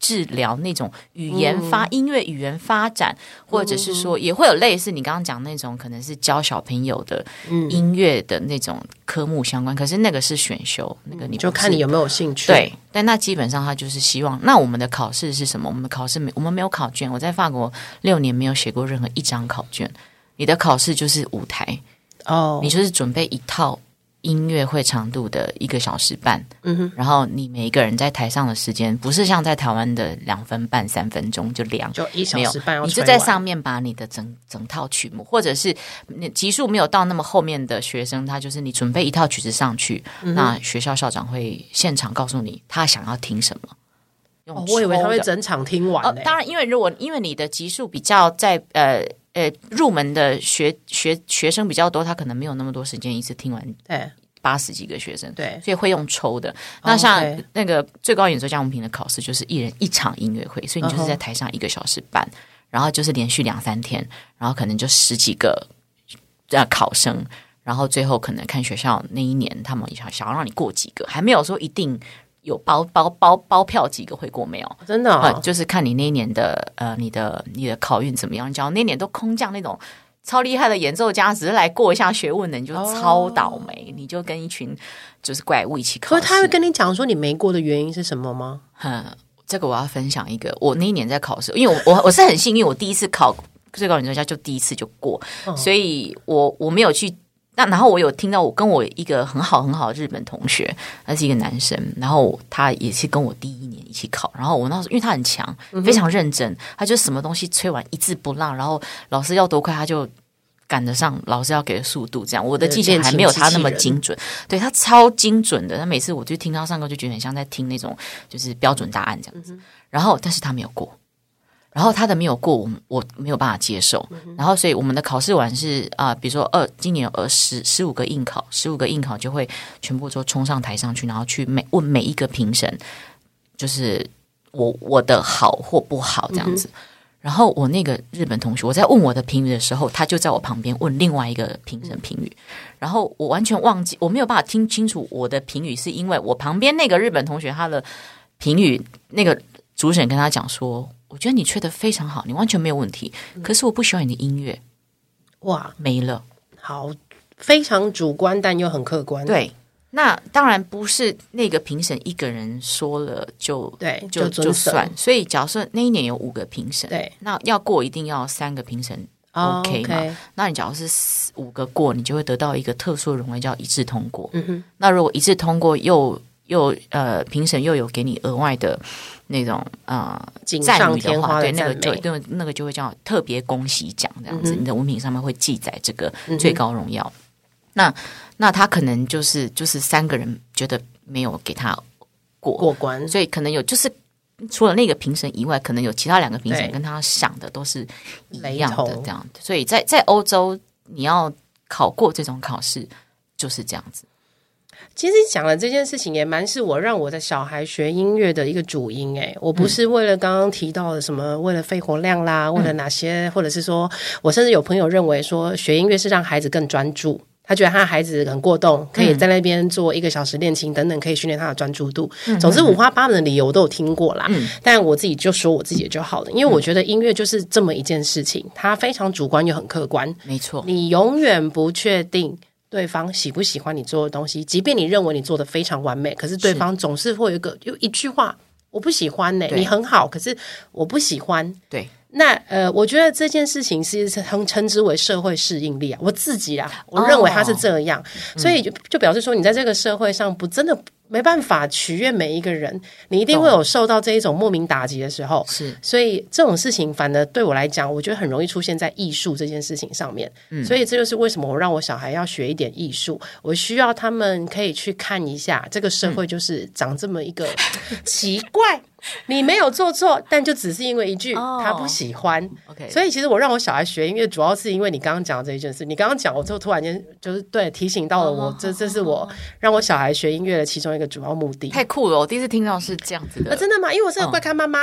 C: 治疗那种语言发、
B: 嗯
C: 音乐语言发展，或者是说也会有类似你刚刚讲那种，可能是教小朋友的
B: 嗯
C: 音乐的那种科目相关。可是那个是选修，那个你
B: 就
C: 不
B: 看
C: 是
B: 你有没有兴趣。
C: 对，但那基本上他就是希望。那我们的考试是什么？我们的考试没，我们没有考卷。我在法国六年没有写过任何一张考卷。你的考试就是舞台，
B: 哦
C: 你，就是准备一套音乐会长度的一个小时半，
B: 嗯哼，
C: 然后你每一个人在台上的时间，不是像在台湾的两分半、三分钟就凉，
B: 就一小
C: 没有
B: 时半要，
C: 你
B: 吹
C: 就在
B: 完
C: 上面把你的整整套曲目，或者是你集数没有到那么后面的学生，他就是你准备一套曲子上去，
B: 嗯
C: 那学校校长会现场告诉你他想要听什么。用
B: 哦，我以为他
C: 抽
B: 会
C: 的
B: 整场听完、欸
C: 哦
B: 呢。，
C: 当然，因为如果因为你的级数比较在呃呃入门的学学学生比较多，他可能没有那么多时间一次听完
B: 对
C: 八十几个学生，
B: 对哦
C: 所以会用抽的。那像
B: OK
C: 那个最高演奏家文凭的考试，就是一人一场音乐会，所以你
B: 嗯
C: 就是在台上一个小时半，然后就是连续两三天，然后可能就十几个呃考生。然后最后可能看学校那一年，他们想想要让你过几个，还没有说一定有包包包包票几个会过没有，
B: 真的、
C: 啊、
B: 哦，
C: 就是看你那一年的呃，你的你的考运怎么样。你讲那年都空降那种超厉害的演奏家，只是来过一下学问的，你就超倒霉，你就跟一群就是怪物一起考
B: 可
C: 试。
B: 是他会跟你讲说你没过的原因是什么吗？
C: 嗯，这个我要分享一个，我那一年在考试，因为我我我是很幸运，我第一次考最高演奏家就第一次就过，
B: 嗯
C: 所以我我没有去。那然后我有听到我跟我一个很好很好的日本同学，他是一个男生，然后他也是跟我第一年一起考，然后我那时候因为他很强，
B: 嗯
C: 非常认真，他就什么东西吹完一字不落，然后老师要多快他就赶得上老师要给的速度，这样我的
B: 呃
C: 技巧
B: 练
C: 还
B: 琴
C: 没有
B: 机
C: 他
B: 器
C: 那么
B: 人
C: 精准，对他超精准的，他每次我就听他上课就觉得很像在听那种就是标准答案这
B: 嗯
C: 样子，然后但是他没有过。然后他的没有过，我们我没有办法接受。然后，所以我们的考试完是啊、比如说二今年有二十十五个应考，十五个应考就会全部都冲上台上去，然后去每问每一个评审，就是我我的好或不好这样子。然后我那个日本同学，我在问我的评语的时候，他就在我旁边问另外一个评审评语，然后我完全忘记，我没有办法听清楚我的评语，是因为我旁边那个日本同学他的评语，那个主审跟他讲说，我觉得你吹的非常好，你完全没有问题，
B: 嗯
C: 可是我不喜欢你的音乐，
B: 哇，
C: 没了。
B: 好，非常主观但又很客观。
C: 对，那当然不是那个评审一个人说了就
B: 对
C: 就
B: 就遵
C: 就
B: 守
C: 算。所以假设那一年有五个评审，
B: 对，
C: 那要过一定要三个评审。
B: 哦
C: OK 嘛那你假如是四五个过，你就会得到一个特殊的荣誉，叫一致通过。
B: 嗯哼，
C: 那如果一致通过又又呃评审又有给你额外的那种呃
B: 锦
C: 赞
B: 上
C: 誉
B: 添
C: 话，
B: 花
C: 对
B: 的
C: 那个
B: 赞
C: 就
B: 美，
C: 对那个就会叫特别恭喜奖这样子，
B: 嗯哼嗯
C: 你的文凭上面会记载这个最高荣耀。那那他可能就是就是三个人觉得没有给
B: 嗯
C: 他
B: 过关。
C: 所以可能有就是除了那个评审以外，可能有其他两个评审
B: 对
C: 跟他想的都是一
B: 雷
C: 样的
B: 同
C: 这样。所以在在欧洲，你要考过这种考试就是这样子。
B: 其实讲了这件事情，也蛮是我让我的小孩学音乐的一个主因、诶，我不是为了刚刚提到的什么，为了肺活量啦，为了哪
C: 嗯
B: 些，或者是说我甚至有朋友认为说，学音乐是让孩子更专注。他觉得他的孩子很过动，可以在那边做一个小时练琴等等，可以训练他的专注度。
C: 嗯
B: 总之五花八门的理由我都有听过啦。但我自己就说我自己的就好了，因为
C: 嗯
B: 我觉得音乐就是这么一件事情，它非常主观又很客观。
C: 没错，
B: 你永远不确定对方喜不喜欢你做的东西，即便你认为你做的非常完美，可是对方总是会有一个有一句话我不喜欢呢、
C: 对
B: 你很好，可是我不喜欢。
C: 对，
B: 那呃，我觉得这件事情是称称之为社会适应力啊，我自己啦，
C: 哦
B: 我认为它是这样，
C: 嗯
B: 所以就就表示说，你在这个社会上不真的没办法取悦每一个人，你一定会有受到这一种莫名打击的时候，
C: 是
B: 所以这种事情，反而对我来讲，我觉得很容易出现在艺术这件事情上面。
C: 嗯
B: 所以这就是为什么我让我小孩要学一点艺术，我需要他们可以去看一下这个社会就是长这么一 个奇怪。你没有做错，但就只是因为一句
C: 哦
B: 他不喜欢。
C: OK
B: 所以其实我让我小孩学音乐，主要是因为你刚刚讲的这一件事。你刚刚讲，我就突然间就是对提醒到了
C: 哦
B: 我，这这是我让我小孩学音乐的其中一个主要目的。
C: 太酷了！我第一次听到是这样子
B: 啊，
C: 的，
B: 真的吗？因为我是个
C: 嗯
B: 怪咖妈妈。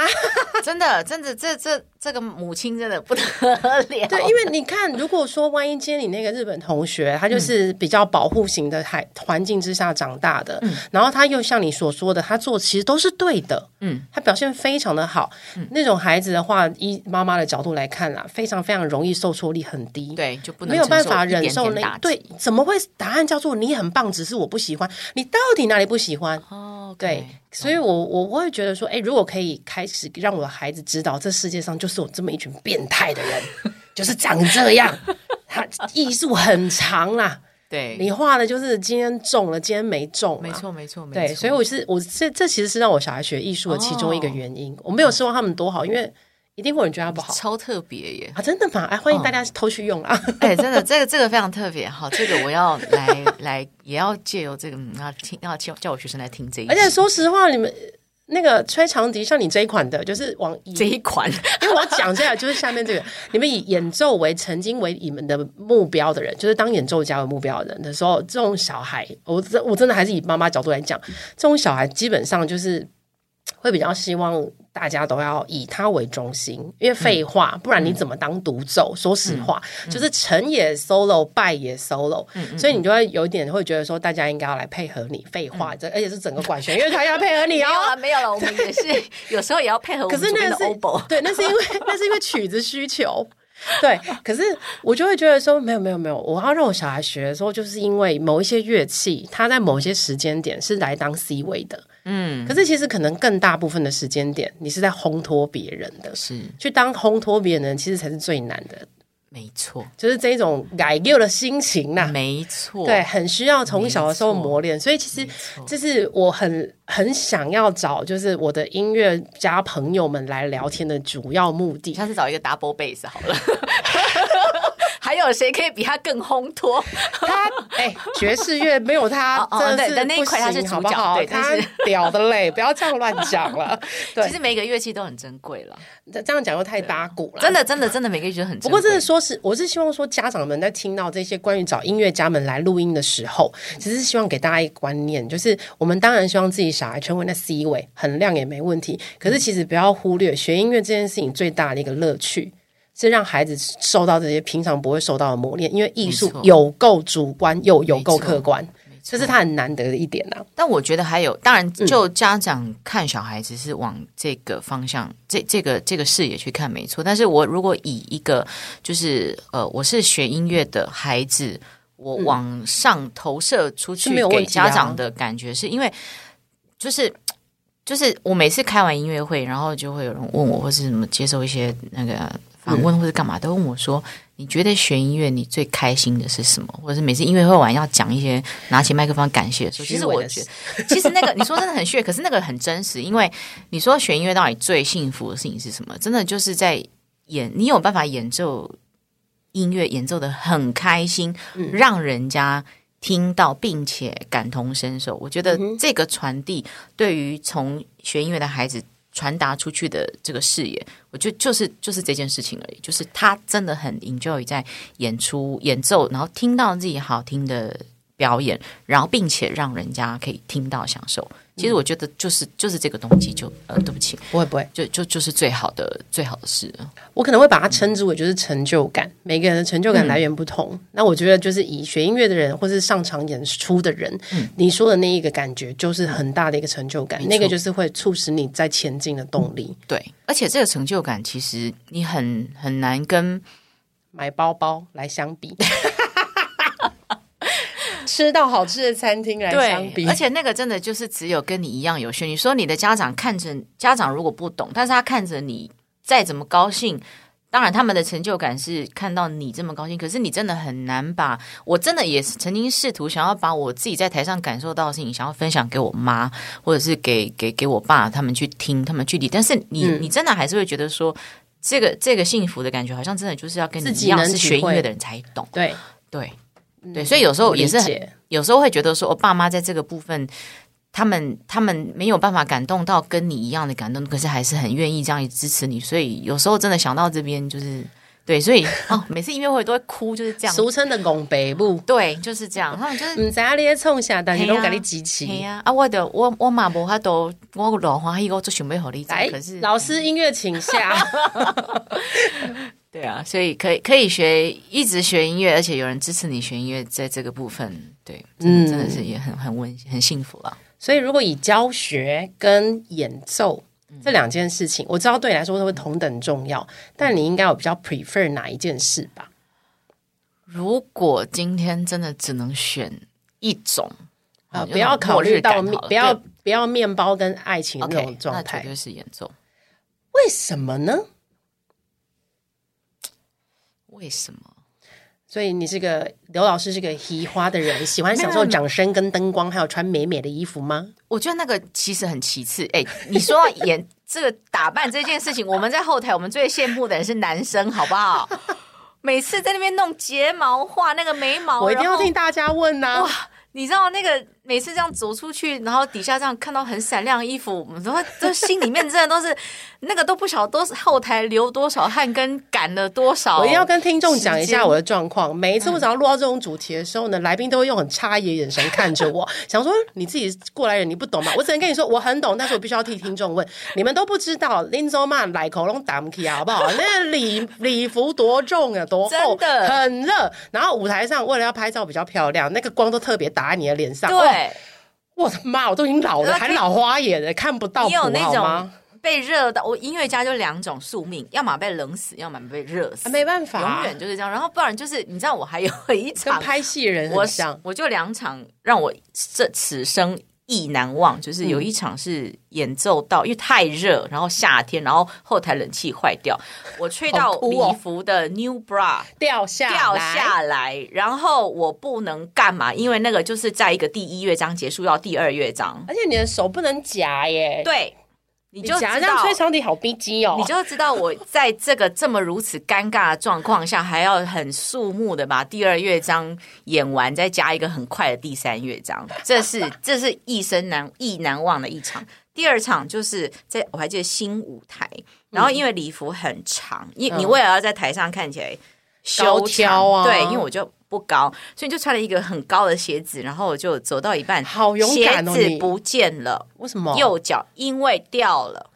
C: 真的，真的，这这这个母亲真的不得了。
B: 对，因为你看，如果说万一今天你那个日本同学，他就是
C: 嗯
B: 比较保护型的海环境之下长大的，然后他又像你所说的，他做其实都是对的，
C: 嗯
B: 嗯，他表现非常的好，那种孩子的话，依妈妈的角度来看啦，非常非常容易受挫力很低，。
C: 对就不能
B: 没有办法
C: 承
B: 忍受
C: 一点点打
B: 那
C: 击
B: 对，怎么会答案叫做你很棒，只是我不喜欢？你到底哪里不喜欢？
C: 哦，OK，
B: 对，所以我我会觉得说，哎，如果可以开始让我的孩子知道，这世界上就是有这么一群变态的人，就是长这样， 它艺术很长啦，
C: 对，
B: 你画的就是今天中了，今天没中啊，
C: 没错没错没错。哦
B: 对，所以我是我这这其实是让我小孩学艺术的其中一个原因。我没有希望他们多好，因为一定会有人觉得他不 好
C: 超特别耶！
B: 啊，真的吗？哎，欢迎大
C: 哦
B: 家偷去用啊！
C: 哎、真的，这个这个非常特别哈，这个我要来来，也要借由这个，嗯，要听，要叫叫我学生来听这一集，
B: 而且说实话，你们那个吹长笛，像你这一款的，就是往以
C: 这一款，
B: 因为我要讲下来，就是下面这个，你们以演奏为曾经为你们的目标的人，就是当演奏家为目标的人的时候，这种小孩，我真我真的还是以妈妈角度来讲，这种小孩基本上就是会比较希望大家都要以他为中心，因为废话，不然你怎么当独奏？说实话，就是成也 solo，败也 solo，、所以你就会有一点会觉得说，大家应该要来配合你。废话，这、而且是整个管弦乐团要配合你
C: 没
B: 哦。
C: 有啊了没有了，我们也是有时候也要配合我
B: 可
C: 们
B: 是
C: 这
B: 那
C: 边
B: 个
C: 的
B: 是
C: OBO，
B: 对，那是因为那是因为曲子需求。对，可是我就会觉得说，没有没有没有，我要让我小孩学的时候，就是因为某一些乐器，它在某些时间点是来当 C 位的，
C: 嗯，
B: 可是其实可能更大部分的时间点，你是在烘托别人的，
C: 是
B: 去当烘托别人的人，其实才是最难的，
C: 没错，
B: 就是这种改旧的心情呐、
C: 没错，
B: 啊对，很需要从小的时候
C: 没错
B: 磨练，所以其实
C: 没错
B: 这是我很很想要找，就是我的音乐家朋友们来聊天的主要目的
C: 你。下次找一个 double bass 好了。 还有谁可以比他更烘托？
B: 他哎、爵士乐没有他
C: 哦哦
B: 真的
C: 对
B: 是
C: 但那一
B: 不
C: 块他是
B: 行，好
C: 主
B: 不
C: 角
B: 好？
C: 对但
B: 他
C: 是
B: 屌的嘞，不要这样乱讲 了。对
C: 其，实每一个乐器都很珍贵了，
B: 这这样讲又太八股了，
C: 真。的，真的，真的，每个乐器都很
B: 不
C: 珍
B: 过，
C: 贵。
B: 真的说是，我是希望说，家长们在听到这些关于找音乐家们来录音的时候，其实是希望给大家一个观念，就是我们当然希望自己小孩全文在 C 位，很亮也没问题。可是，其实不要忽略学音乐这件事情最大的一个乐趣。是让孩子受到这些平常不会受到的磨练，因为艺术
C: 没错
B: 有够主观又有够客观，
C: 没错
B: 这是他很难得的一点呐、啊。
C: 但我觉得还有，当然，就家长看小孩子是往这个方向，这这个这个视野去看没错。但是我如果以一个就是呃，我是学音乐的孩子，我往上投射出
B: 是没
C: 去
B: 有问
C: 给
B: 题啊
C: 家长的感觉，是因为就是。就是我每次开完音乐会，然后就会有人问我，或是什么接受一些那个访问，或是干嘛，都问我说：“你觉得学音乐你最开心的是什么？”或者是每次音乐会完要讲一些拿起麦克风感谢的时候，其实
B: 虚伪
C: 我
B: 的
C: 觉得 其实那个你说真的很炫，可是那个很真实，因为你说学音乐到底最幸福的事情是什么？真的就是在演，你有办法演奏音乐，演奏的很开心，
B: 嗯
C: 让人家听到并且感同身受。我觉
B: 嗯
C: 得这个传递对于从学音乐的孩子。传达出去的这个视野，我觉得就是就是这件事情而已，就是他真的很 enjoy 在演出演奏，然后听到自己好听的表演，然后并且让人家可以听到享受。其实我觉得就是就是这个东西就呃，对不起，
B: 不会不会，
C: 就就就是最好的最好的事了。
B: 我可能会把它称之为就是成就
C: 嗯
B: 感，每个人的成就感来源不同。那我觉得就是以学音乐的人，或是上场演出的人，你说的那一个感觉，就是很大的一个成就感，
C: 嗯没错嗯
B: 那个就是会促使你在前进的动力。
C: 对，而且这个成就感其实你很很难跟
B: 买包包来相 比，吃到好吃的餐厅来相比，
C: 而且那个真的就是只有跟你一样有趣。你说你的家长看着家长如果不懂，但是他看着你再怎么高兴。当然，他们的成就感是看到你这么高兴，可是你真的很难把。我真的也是曾经试图想要把我自己在台上感受到的事情，想要分享给我妈，或者是给给给我爸他们去听，他们去理。但是你、
B: 嗯
C: 你真的还是会觉得说，这个这个幸福的感觉，好像真的就是要跟你
B: 自己
C: 一样
B: 能
C: 是
B: 体
C: 学音
B: 会
C: 乐的人才懂。
B: 对
C: 对，对，所以有时候也是
B: 我
C: 很
B: 理解
C: 有时候会觉得说，我、哦爸妈在这个部分，他们他们没有办法感动到跟你一样的感动，可是还是很愿意这样支持你。所以有时候真的想到这边，就是对，所以 哦，每次音乐会都会哭，就是这样。
B: 俗称的拱北部。
C: 对，就是这样。他们就是
B: 唔知你咧创啥，但是拢给嗯你集
C: 嘿
B: 齐。
C: 呀啊，我的我我嘛无法度，我老欢喜，我做想要好你知
B: 来
C: 啊可是，
B: 老师音乐请下。
C: 对啊，所以可以可以学，一直学音乐，而且有人支持你学音乐，在这个部分，对，
B: 嗯
C: 真的真的是也很很温很幸福啊了。
B: 所以，如果以教学跟演奏
C: 嗯
B: 这两件事情，我知道对你来说会同等重要，但你应该有比较 prefer 哪一件事吧？
C: 如果今天真的只能选一种，
B: 啊、
C: 好
B: 不要考虑到面，不要
C: 有
B: 不要面包跟爱情
C: 那
B: 那
C: 种末日感好了对
B: 种状
C: OK，那
B: 态
C: 绝，对是演奏。
B: 为什么呢？
C: 为什么？
B: 所以你是个刘老师，是个移花的人，喜欢享受掌声跟灯光，还有穿美美的衣服吗？
C: 我觉得那个其实很其次。哎、你说到演这个打扮这件事情，我们在后台我们最羡慕的人是男生，好不好？每次在那边弄睫毛、画那个眉毛，
B: 我一定要
C: 然后
B: 听大家问啊呐、
C: 哇！你知道那个每次这样走出去，然后底下这样看到很闪亮的衣服，我们都都心里面真的都是那个都不晓得都是后台流多少汗跟赶了多少。
B: 我一定要跟听众讲一
C: 时间
B: 下我的状况。每一次我只要录到这种主题的时候呢，来宾都会用很诧异的眼神看着 我，想说你自己过来人，你不懂吗？我只能跟你说我很懂，但是我必须要替听众问，你们都不知道林州曼来口龙打不起啊，好不好？那礼礼服多重啊，多厚，
C: 真的
B: 很热。然后舞台上为了要拍照比较漂亮，那个光都特别打在你的脸上。哇，
C: 对。
B: 我的妈，我都已经老了，
C: 那可以
B: 还老花眼了，看不到
C: 你
B: 谱啊
C: 有
B: 好
C: 那种
B: 吗？
C: 被热到，我音乐家就两种宿命，要么被冷死，要么被热
B: 啊
C: 死，
B: 没办法
C: 永远就是这样。然后不然就是，你知道我还有一
B: 跟
C: 场，
B: 拍戏人
C: 我
B: 很像。
C: 我就两场让我这此生意难忘，就是
B: 嗯
C: 有一场是演奏到，因为太热，然后夏天，然后后台冷气坏掉，我吹到
B: 好
C: 礼
B: 酷哦
C: 服的 new bra。
B: 掉下
C: 掉
B: 来
C: 下来，然后我不能干嘛，因为那个就是在一个第一乐章结束到第二乐章，
B: 而且你的手不能夹耶，
C: 对，你
B: 哎你
C: 就
B: 夹
C: 知
B: 这样
C: 道
B: 吹长笛好逼机哦，
C: 你就知道我在这个这么如此尴尬的状况下，还要很肃穆的把第二乐章演完，再加一个很快的第三乐章，这是这是一生难意难忘的一场。第二场就是在我还记得新舞台，然后因为礼服很长，你你为了要在台上看起来修
B: 高挑嗯啊
C: 对，因为我就。不高，所以就穿了一个很高的鞋子，然后我就走到一半，
B: 好勇敢哦
C: 鞋子
B: 你
C: 不见了，
B: 为什么？
C: 右脚因为 掉了，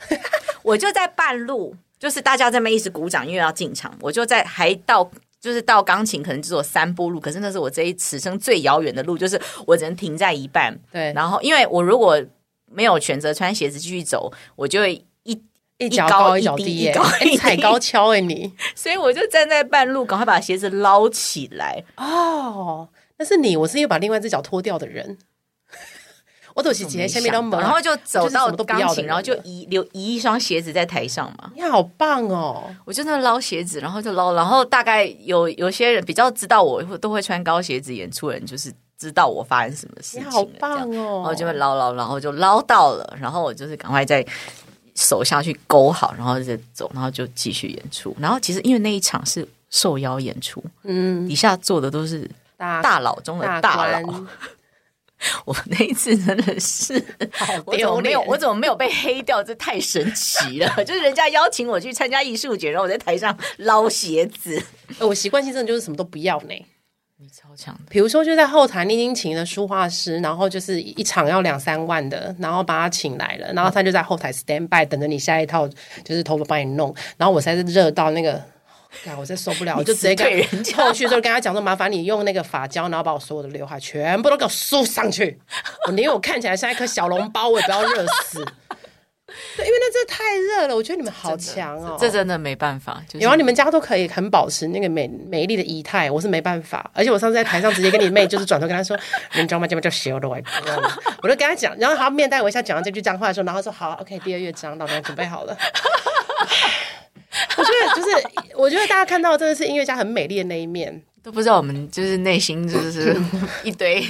C: 我就在半路，就是大家这么一直鼓掌，因为要进场，我就在还到。就是到钢琴可能只有三步路，可是那是我这一此生最遥远的路，就是我只能停在一半。
B: 对，
C: 然后，因为我如果没有选择穿鞋子继续走，我就会一，
B: 一
C: 脚
B: 脚
C: 高
B: 高
C: 一
B: 一
C: 脚
B: 脚
C: 低
B: 低
C: 耶
B: 耶，哎踩高跷哎你
C: 所以我就站在半路，赶快把鞋子捞起来。
B: 哦，那是你，我是因为把另外一只脚脱掉的人， 我都是直接下面都
C: 没想到
B: 没，
C: 然后就走
B: 就是什
C: 到
B: 么都不要的
C: 钢琴，
B: 人
C: 然后就
B: 了
C: 移留移一双鞋子在台上嘛。
B: 你好棒哦，
C: 我就在那捞鞋子，然后就捞，然后大概有有些人比较知道我会都会穿高鞋子演出的人，就是知道我发生什么事
B: 你
C: 情了，
B: 好
C: 这样
B: 棒
C: 然后
B: 哦，
C: 就会捞捞，然后就捞到了，然后我就是赶快再手下去勾好，然后就走，然后就继续演出。然后其实因为那一场是受邀演出，
B: 嗯，
C: 底下坐的都是
B: 大
C: 大佬中的大
B: 官
C: 佬，我那一次真的是。
B: 好
C: 哎 我怎
B: 丢
C: 么没有？
B: 脸，
C: 我怎么没有被黑掉？这太神奇了！ 就是人家邀请我去参加艺术节，然后我在台上捞鞋子，
B: 哎我习惯性真的就是什么都不要呢。
C: 你超强的。
B: 比如说，就在后台，你已经请了书画师，然后就是一场要两三万的，然后把他请来了，然后他就在后台 stand by 等着你下一套，就是头发帮你弄，然后我实在是热到那个。哎，我真受不了，我就直接跟
C: 你辞退人家
B: 后续就跟他讲说，麻烦你用那个发胶，然后把我所有的刘海全部都给我梳上 去，我宁愿我看起来像一颗小笼包，我也不要热 死。对，因为那真的太热了，我觉得你们好强哦，
C: 这真的没办法，就是
B: 有啊，你们家都可以很保持那个美美丽的仪态，我是没办法。而且我上次在台上直接跟你妹，就是转头跟她说：“你知道吗？这边叫邪恶的外婆。”我就跟她讲，然后她面带微笑讲到这句脏话的时候，然后她说：“好，OK，第二乐章，老娘准备好了。” 我觉得就是，我觉得大家看到真的是音乐家很美丽的那一面。
C: 都不知道我们就是内心就是一堆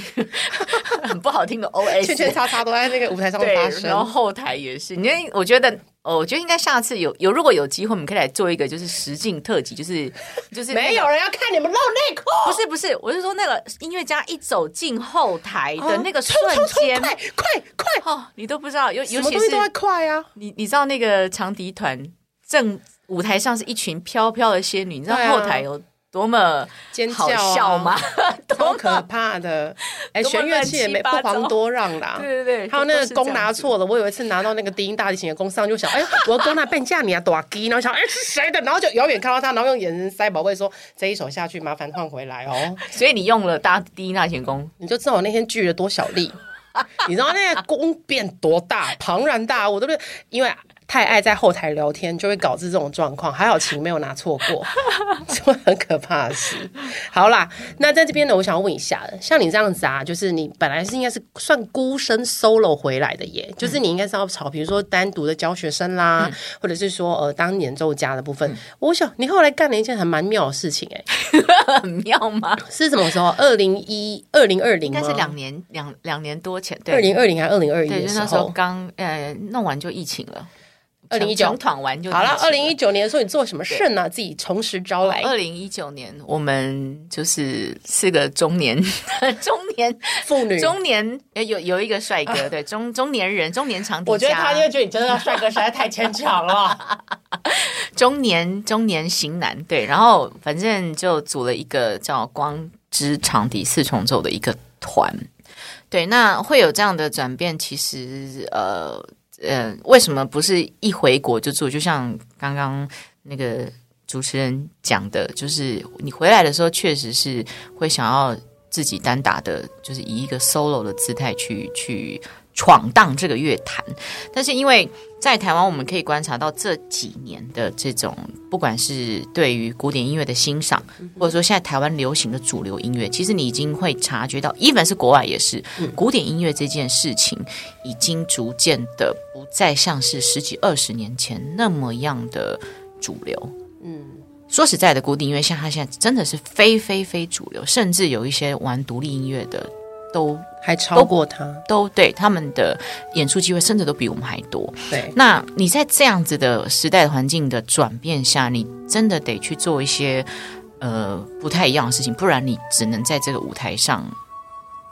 C: 很不好听的 OS，
B: 圈圈叉叉都在那个舞台上
C: 对
B: 发，
C: 然后
B: 生。
C: 后台也是。因为我觉得，哦，我觉得应该下次有有，如果有机会，我们可以来做一个就是实境特辑，就是就是那个
B: 没有人要看你们露内裤，
C: 不是不是，我是说那个音乐家一走进后台的那个
B: 哦
C: 瞬
B: 冲
C: 间，
B: 冲冲快快快，
C: 哦，你都不知道，尤
B: 什
C: 尤
B: 么
C: 其
B: 东西
C: 是
B: 都在快啊！
C: 你，你知道那个长笛团正舞台上是一群飘飘的仙女，你知道
B: 对啊
C: 后台有多么
B: 尖叫
C: 好
B: 啊
C: 笑吗？多
B: 超
C: 么
B: 可怕的！哎，
C: 多么
B: 弦乐器也没不
C: 乱七八糟
B: 遑多让啦。
C: 对对对
B: 还有那个弓拿
C: 都是这样
B: 错了，我有一次拿到那个低音大提琴的弓上，就想，哎，我的弓拿被人架你啊，短低，然后想，哎，是谁的？然后就遥远看到他，然后用眼神塞宝贝说，这一首下去，麻烦换回来哦。
C: 所以你用了大第一那前功，
B: 你就知道我那天锯了多少力，你知道那个弓变多大，庞然大物，我都是因为。太爱在后台聊天，就会导致这种状况。还好琴没有拿错过， 这会很可怕的事。好啦，那在这边呢，我想问一下，像你这样子啊，就是你本来是应该是算孤身 solo 回来的耶，就是你应该是要炒，比如说单独的教学生啦，
C: 嗯
B: 或者是说呃当演奏家的部分。我想你后来干了一件还蛮妙的事情，哎，
C: 很妙吗？
B: 是什么时候？二零一二零二零
C: 应该是两年两两年多前，
B: 二
C: 对
B: 零二零还啊是二零二一
C: 对，
B: 的
C: 就
B: 时
C: 那时候
B: 候？
C: 刚呃弄完就疫情了，
B: 2019
C: 整整团完就
B: 好了，二零
C: 一
B: 一九年的时候你做什么事呢？自己重拾招来，
C: 二零一九年，我们就是四个 中年中年
B: 妇女。
C: 中年呃有有一个帅哥，对中中年人中年长笛
B: 啊
C: 家，
B: 我觉得他就觉得你真的帅哥实在太牵强了。
C: 中年中年型男，对，然后反正就组了一个叫光之长笛四重奏的一个团，对，那会有这样的转变，其实呃呃，为什么不是一回国就做？就像刚刚那个主持人讲的，就是你回来的时候，确实是会想要自己单打的，就是以一个 solo 的姿态去去闯荡这个乐坛，但是因为。在台湾，我们可以观察到这几年的这种，不管是对于古典音乐的欣赏，或者说现在台湾流行的主流音乐，其实你已经会察觉到，even 是国外也是，古典音乐这件事情已经逐渐的不再像是十几二十年前那么样的主流。
B: 嗯，
C: 说实在的，古典音乐像它现在真的是非非非主流，甚至有一些玩独立音乐的都
B: 还超过他，
C: 都对他们的演出机会，甚至都比我们还多。
B: 对，
C: 那你在这样子的时代环境的转变下，你真的得去做一些呃不太一样的事情，不然你只能在这个舞台上。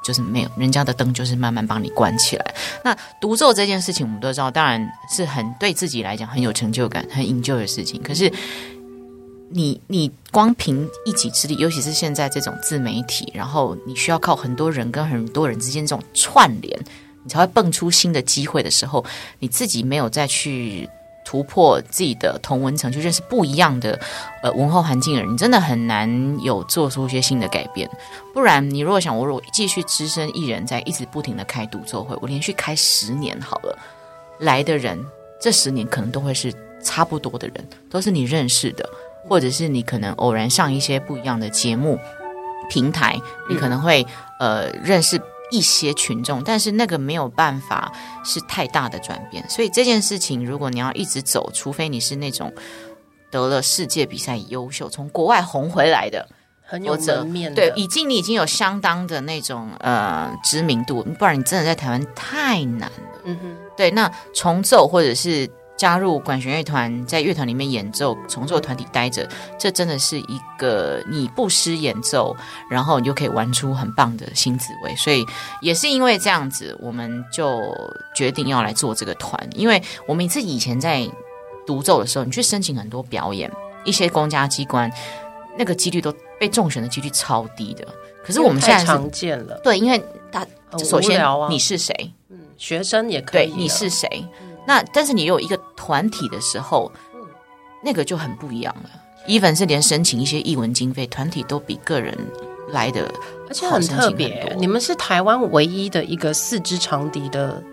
C: 就是没有人家的灯，就是慢慢帮你关起来。那独奏这件事情，我们都知道，当然是很对自己来讲很有成就感、很 enjoy 的事情。可是你，你光凭一己之力，尤其是现在这种自媒体，然后你需要靠很多人跟很多人之间这种串联，你才会蹦出新的机会的时候，你自己没有再去突破自己的同文层，去认识不一样的呃文化环境的人，你真的很难有做出一些新的改变。不然，你如果想我如果继续只身一人在一直不停的开独奏会，我连续开十年好了，来的人这十年可能都会是差不多的人，都是你认识的，或者是你可能偶然上一些不一样的节目平台，你可能会、呃认识。一些群众，但是那个没有办法是太大的转变，所以这件事情，如果你要一直走，除非你是那种得了世界比赛优秀，从国外红回来的，
B: 很有
C: 或者
B: 门面的，
C: 对，已经你已经有相当的那种呃知名度，不然你真的在台湾太难了。
B: 嗯哼，
C: 对，那重奏或者是加入管弦乐团，在乐团里面演奏，重奏团体待着，这真的是一个你不失演奏，然后你就可以玩出很棒的新滋味。所以也是因为这样子，我们就决定要来做这个团，因为我们自己以前在独奏的时候，你去申请很多表演，一些公家机关那个几率都被中选的几率超低的。可是我们现
B: 太
C: 在是
B: 常见了，
C: 对，因为大
B: 很
C: 首
B: 无
C: 先
B: 聊啊。
C: 你是谁，
B: 学生也可以
C: 对
B: 了，
C: 你是谁，那但是你有一个团体的时候，那个就很不一样了。even 是连申请一些艺文经费，团体都比个人来的
B: 而且很特别
C: 好神奇很，多
B: 你们是台湾唯一的一个四支长笛的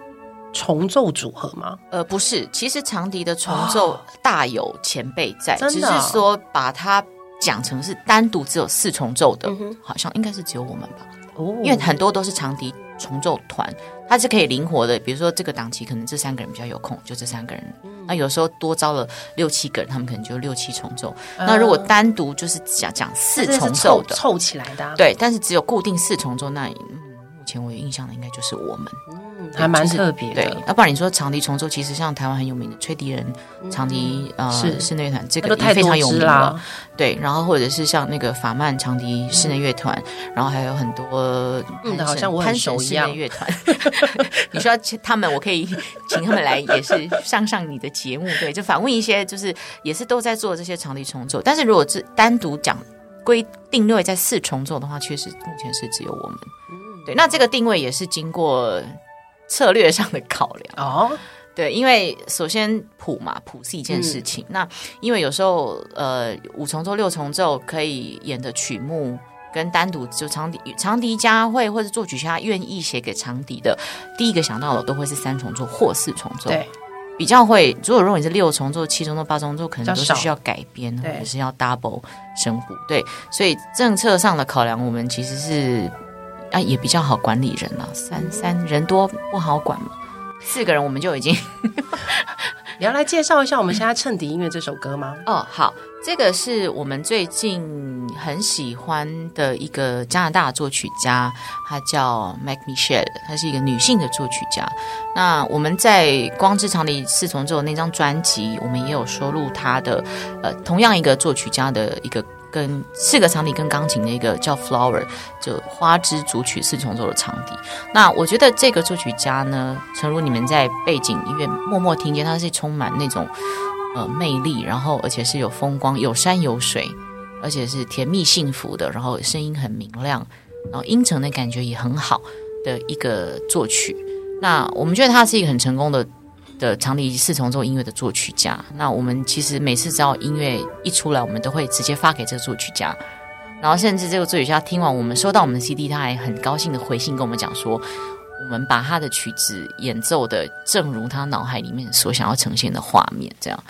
B: 重奏组合吗？
C: 呃，不是，其实长笛的重奏大有前辈在，
B: 哦真
C: 只
B: 的啊
C: 是说把它讲成是单独只有四重奏的，
B: 嗯哼
C: 好像应该是只有我们吧，
B: 哦，
C: 因为很多都是长笛重奏团，它是可以灵活的，比如说这个档期可能这三个人比较有空，就这三个人，
B: 嗯
C: 那有时候多招了六七个人，他们可能就六七重奏，那如果单独就是讲讲四
B: 嗯这是
C: 重奏
B: 凑
C: 的，
B: 凑起来的、啊，
C: 对，但是只有固定四重奏，那、嗯、目前我有印象的应该就是我们。
B: 嗯还蛮
C: 就是
B: 特别
C: 对
B: 的，，
C: 要不然你说长笛重奏，其实像台湾很有名的吹笛人、长笛呃
B: 嗯是
C: 室内乐团，这
B: 那
C: 个
B: 都
C: 也
B: 太
C: 非
B: 多
C: 常有
B: 支
C: 名
B: 啦
C: 了。。对，然后或者是像那个法曼长笛室内乐团，然后还有很多
B: 嗯
C: 攀
B: 好
C: 绳
B: 像我很
C: 攀
B: 熟
C: 绳
B: 一
C: 室
B: 样
C: 内乐团。 你需要请他们，我可以请他们来，也是上上你的节目，对，就访问一些就是也是都在做这些长笛重奏，但是如果是单独讲归定位在四重奏的话，确实目前是只有我们。
B: 嗯
C: 对，那这个定位也是经过策略上的考量。
B: 哦，
C: 对，因为首先谱嘛，谱是一件
B: 嗯
C: 事情。那因为有时候呃，五重奏、六重奏可以演的曲目。跟单独就长笛长笛家会或者作曲家愿意写给长笛的，第一个想到的都会是三重奏或四重奏。
B: 对，
C: 比较会，如果如果你是六重奏、七重奏、八重奏，可能都
B: 比较
C: 是
B: 少
C: 需要改编，或
B: 对
C: 者是要 double 声部。对，所以政策上的考量，我们其实是啊也比较好管理人了。三三人多不好管嘛，四个人我们就已经
B: 你要来介绍一下我们现在衬底音乐这首歌吗？
C: 哦，好，这个是我们最近很喜欢的一个加拿大作曲家，她叫 Mac Michelle，她是一个女性的作曲家。那我们在《光之长笛四重奏》那张专辑，我们也有收录她的呃，同样一个作曲家的一个。跟四个长笛跟钢琴的一个叫 Flower，就花枝组曲四重奏的长笛。那我觉得这个作曲家呢，诚如你们在背景音乐默默听见，他是充满那种呃魅力，然后而且是有风光、有山有水，而且是甜蜜幸福的，然后声音很明亮，然后音程的感觉也很好的一个作曲。那我们觉得他是一个很成功的的长笛四重奏音乐的作曲家。那我们其实每次只要音乐一出来，我们都会直接发给这个作曲家。然后甚至这个作曲家听完我们收到我们的 CD，他还很高兴的回信跟我们讲说，我们把他的曲子演奏的正如他脑海里面所想要呈现的画面，这样。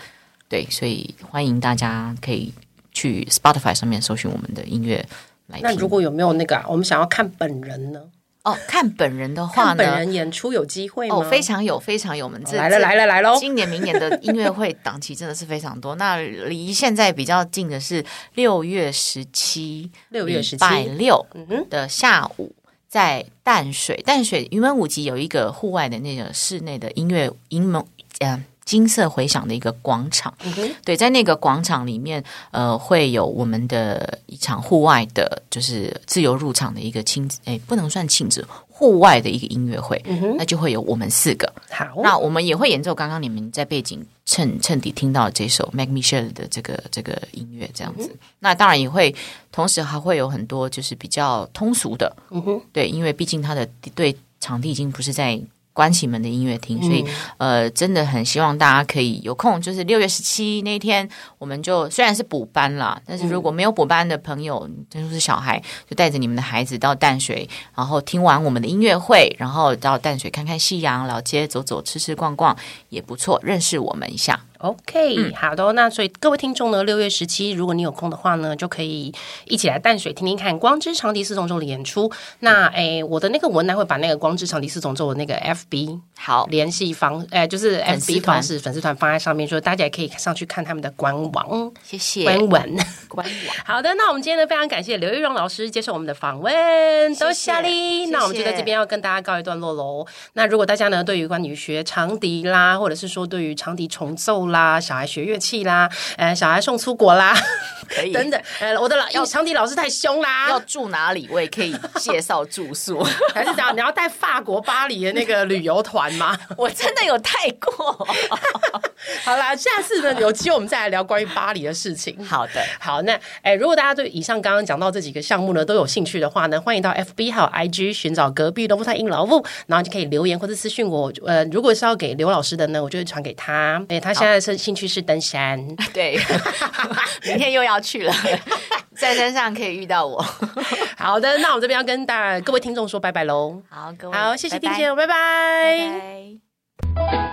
C: 对，所以欢迎大家可以去 Spotify 上面搜寻我们的音乐来 听。
B: 那如果有没有那个啊、我们想要看本人呢？
C: 哦，看本人的话
B: 看
C: 呢，
B: 本人演出有机会吗？哦
C: 哦，非常有，非常有，我们这
B: 来了来了来喽！
C: 今年、明年的音乐会档期真的是非常多。那离现在比较近的是六月十七，
B: 6月17
C: 拜六
B: 嗯哼，
C: 的下午，在淡水，淡水云门舞集有一个户外的那个室内的音乐云门，呃，金色回响的一个广场。
B: 嗯哼
C: 对，在那个广场里面，呃，会有我们的一场户外的，就是自由入场的一个亲子，哎，不能算亲子，户外的一个音乐会，
B: 嗯哼，
C: 那就会有我们四个。
B: 好，
C: 那我们也会演奏刚刚你们在背景衬衬底听到的这首 Mac Michelle 的这个这个音乐，这样
B: 嗯
C: 子。那当然也会，同时还会有很多就是比较通俗的，
B: 嗯哼，
C: 对，因为毕竟它的对场地已经不是在关起门的音乐厅，所以、
B: 嗯
C: 呃，真的很希望大家可以有空，就是六月十七那一天，我们就虽然是补班啦，但是如果没有补班的朋友，就是小孩，就带着你们的孩子到淡水，然后听完我们的音乐会，然后到淡水看看夕阳、老街走走、吃吃逛逛也不错，认识我们一下。
B: OK，、好
C: 嗯
B: 的哦。那所以各位听众呢，六月十七，如果你有空的话呢，就可以一起来淡水听听看《光之长笛四重奏》的演出。那
C: 嗯
B: 诶，我的那个文呢，会把那个《光之长笛四重奏》的那个 FB
C: 好，
B: 联系方，诶，就是
C: 粉丝
B: FB
C: 团
B: 方式粉丝团放在上面，说大家也可以上去看他们的官网
C: 谢谢
B: 官文。
C: 官网，
B: 好的，那我们今天呢，非常感谢刘玉荣老师接受我们的访问，多谢
C: 谢
B: 你。
C: 谢
B: 那我们就在这边要跟大家告一段落喽。那如果大家呢，对于关于学长笛啦，或者是说对于长笛重奏啦，小孩学乐器啦， 呃，小孩送出国啦，
C: 可以
B: 等等，呃，我的老 长笛老师太凶
C: 要
B: 啦，
C: 住哪里？我也可以介绍住宿。
B: 还是怎样？你要带法国巴黎的那个旅游团吗？
C: 我真的有泰国。
B: 好啦，下次呢有机会我们再来聊关于巴黎的事情。
C: 好的，
B: 好，那哎，如果大家对以上刚刚讲到这几个项目呢都有兴趣的话呢，欢迎到 FB 还有 IG 寻找隔壁罗伯特英老布，然后就可以留言或者私信我。我就呃，如果是要给刘老师的呢，我就会传给他。哎，他现在是兴趣是登山。
C: 对， 明天又要去 了，在山上可以遇到我。
B: 好的，那我们这边要跟大各位听众说拜拜喽。
C: 好，各位，
B: 好，谢谢
C: 拜拜
B: 丁先生，拜拜
C: 拜拜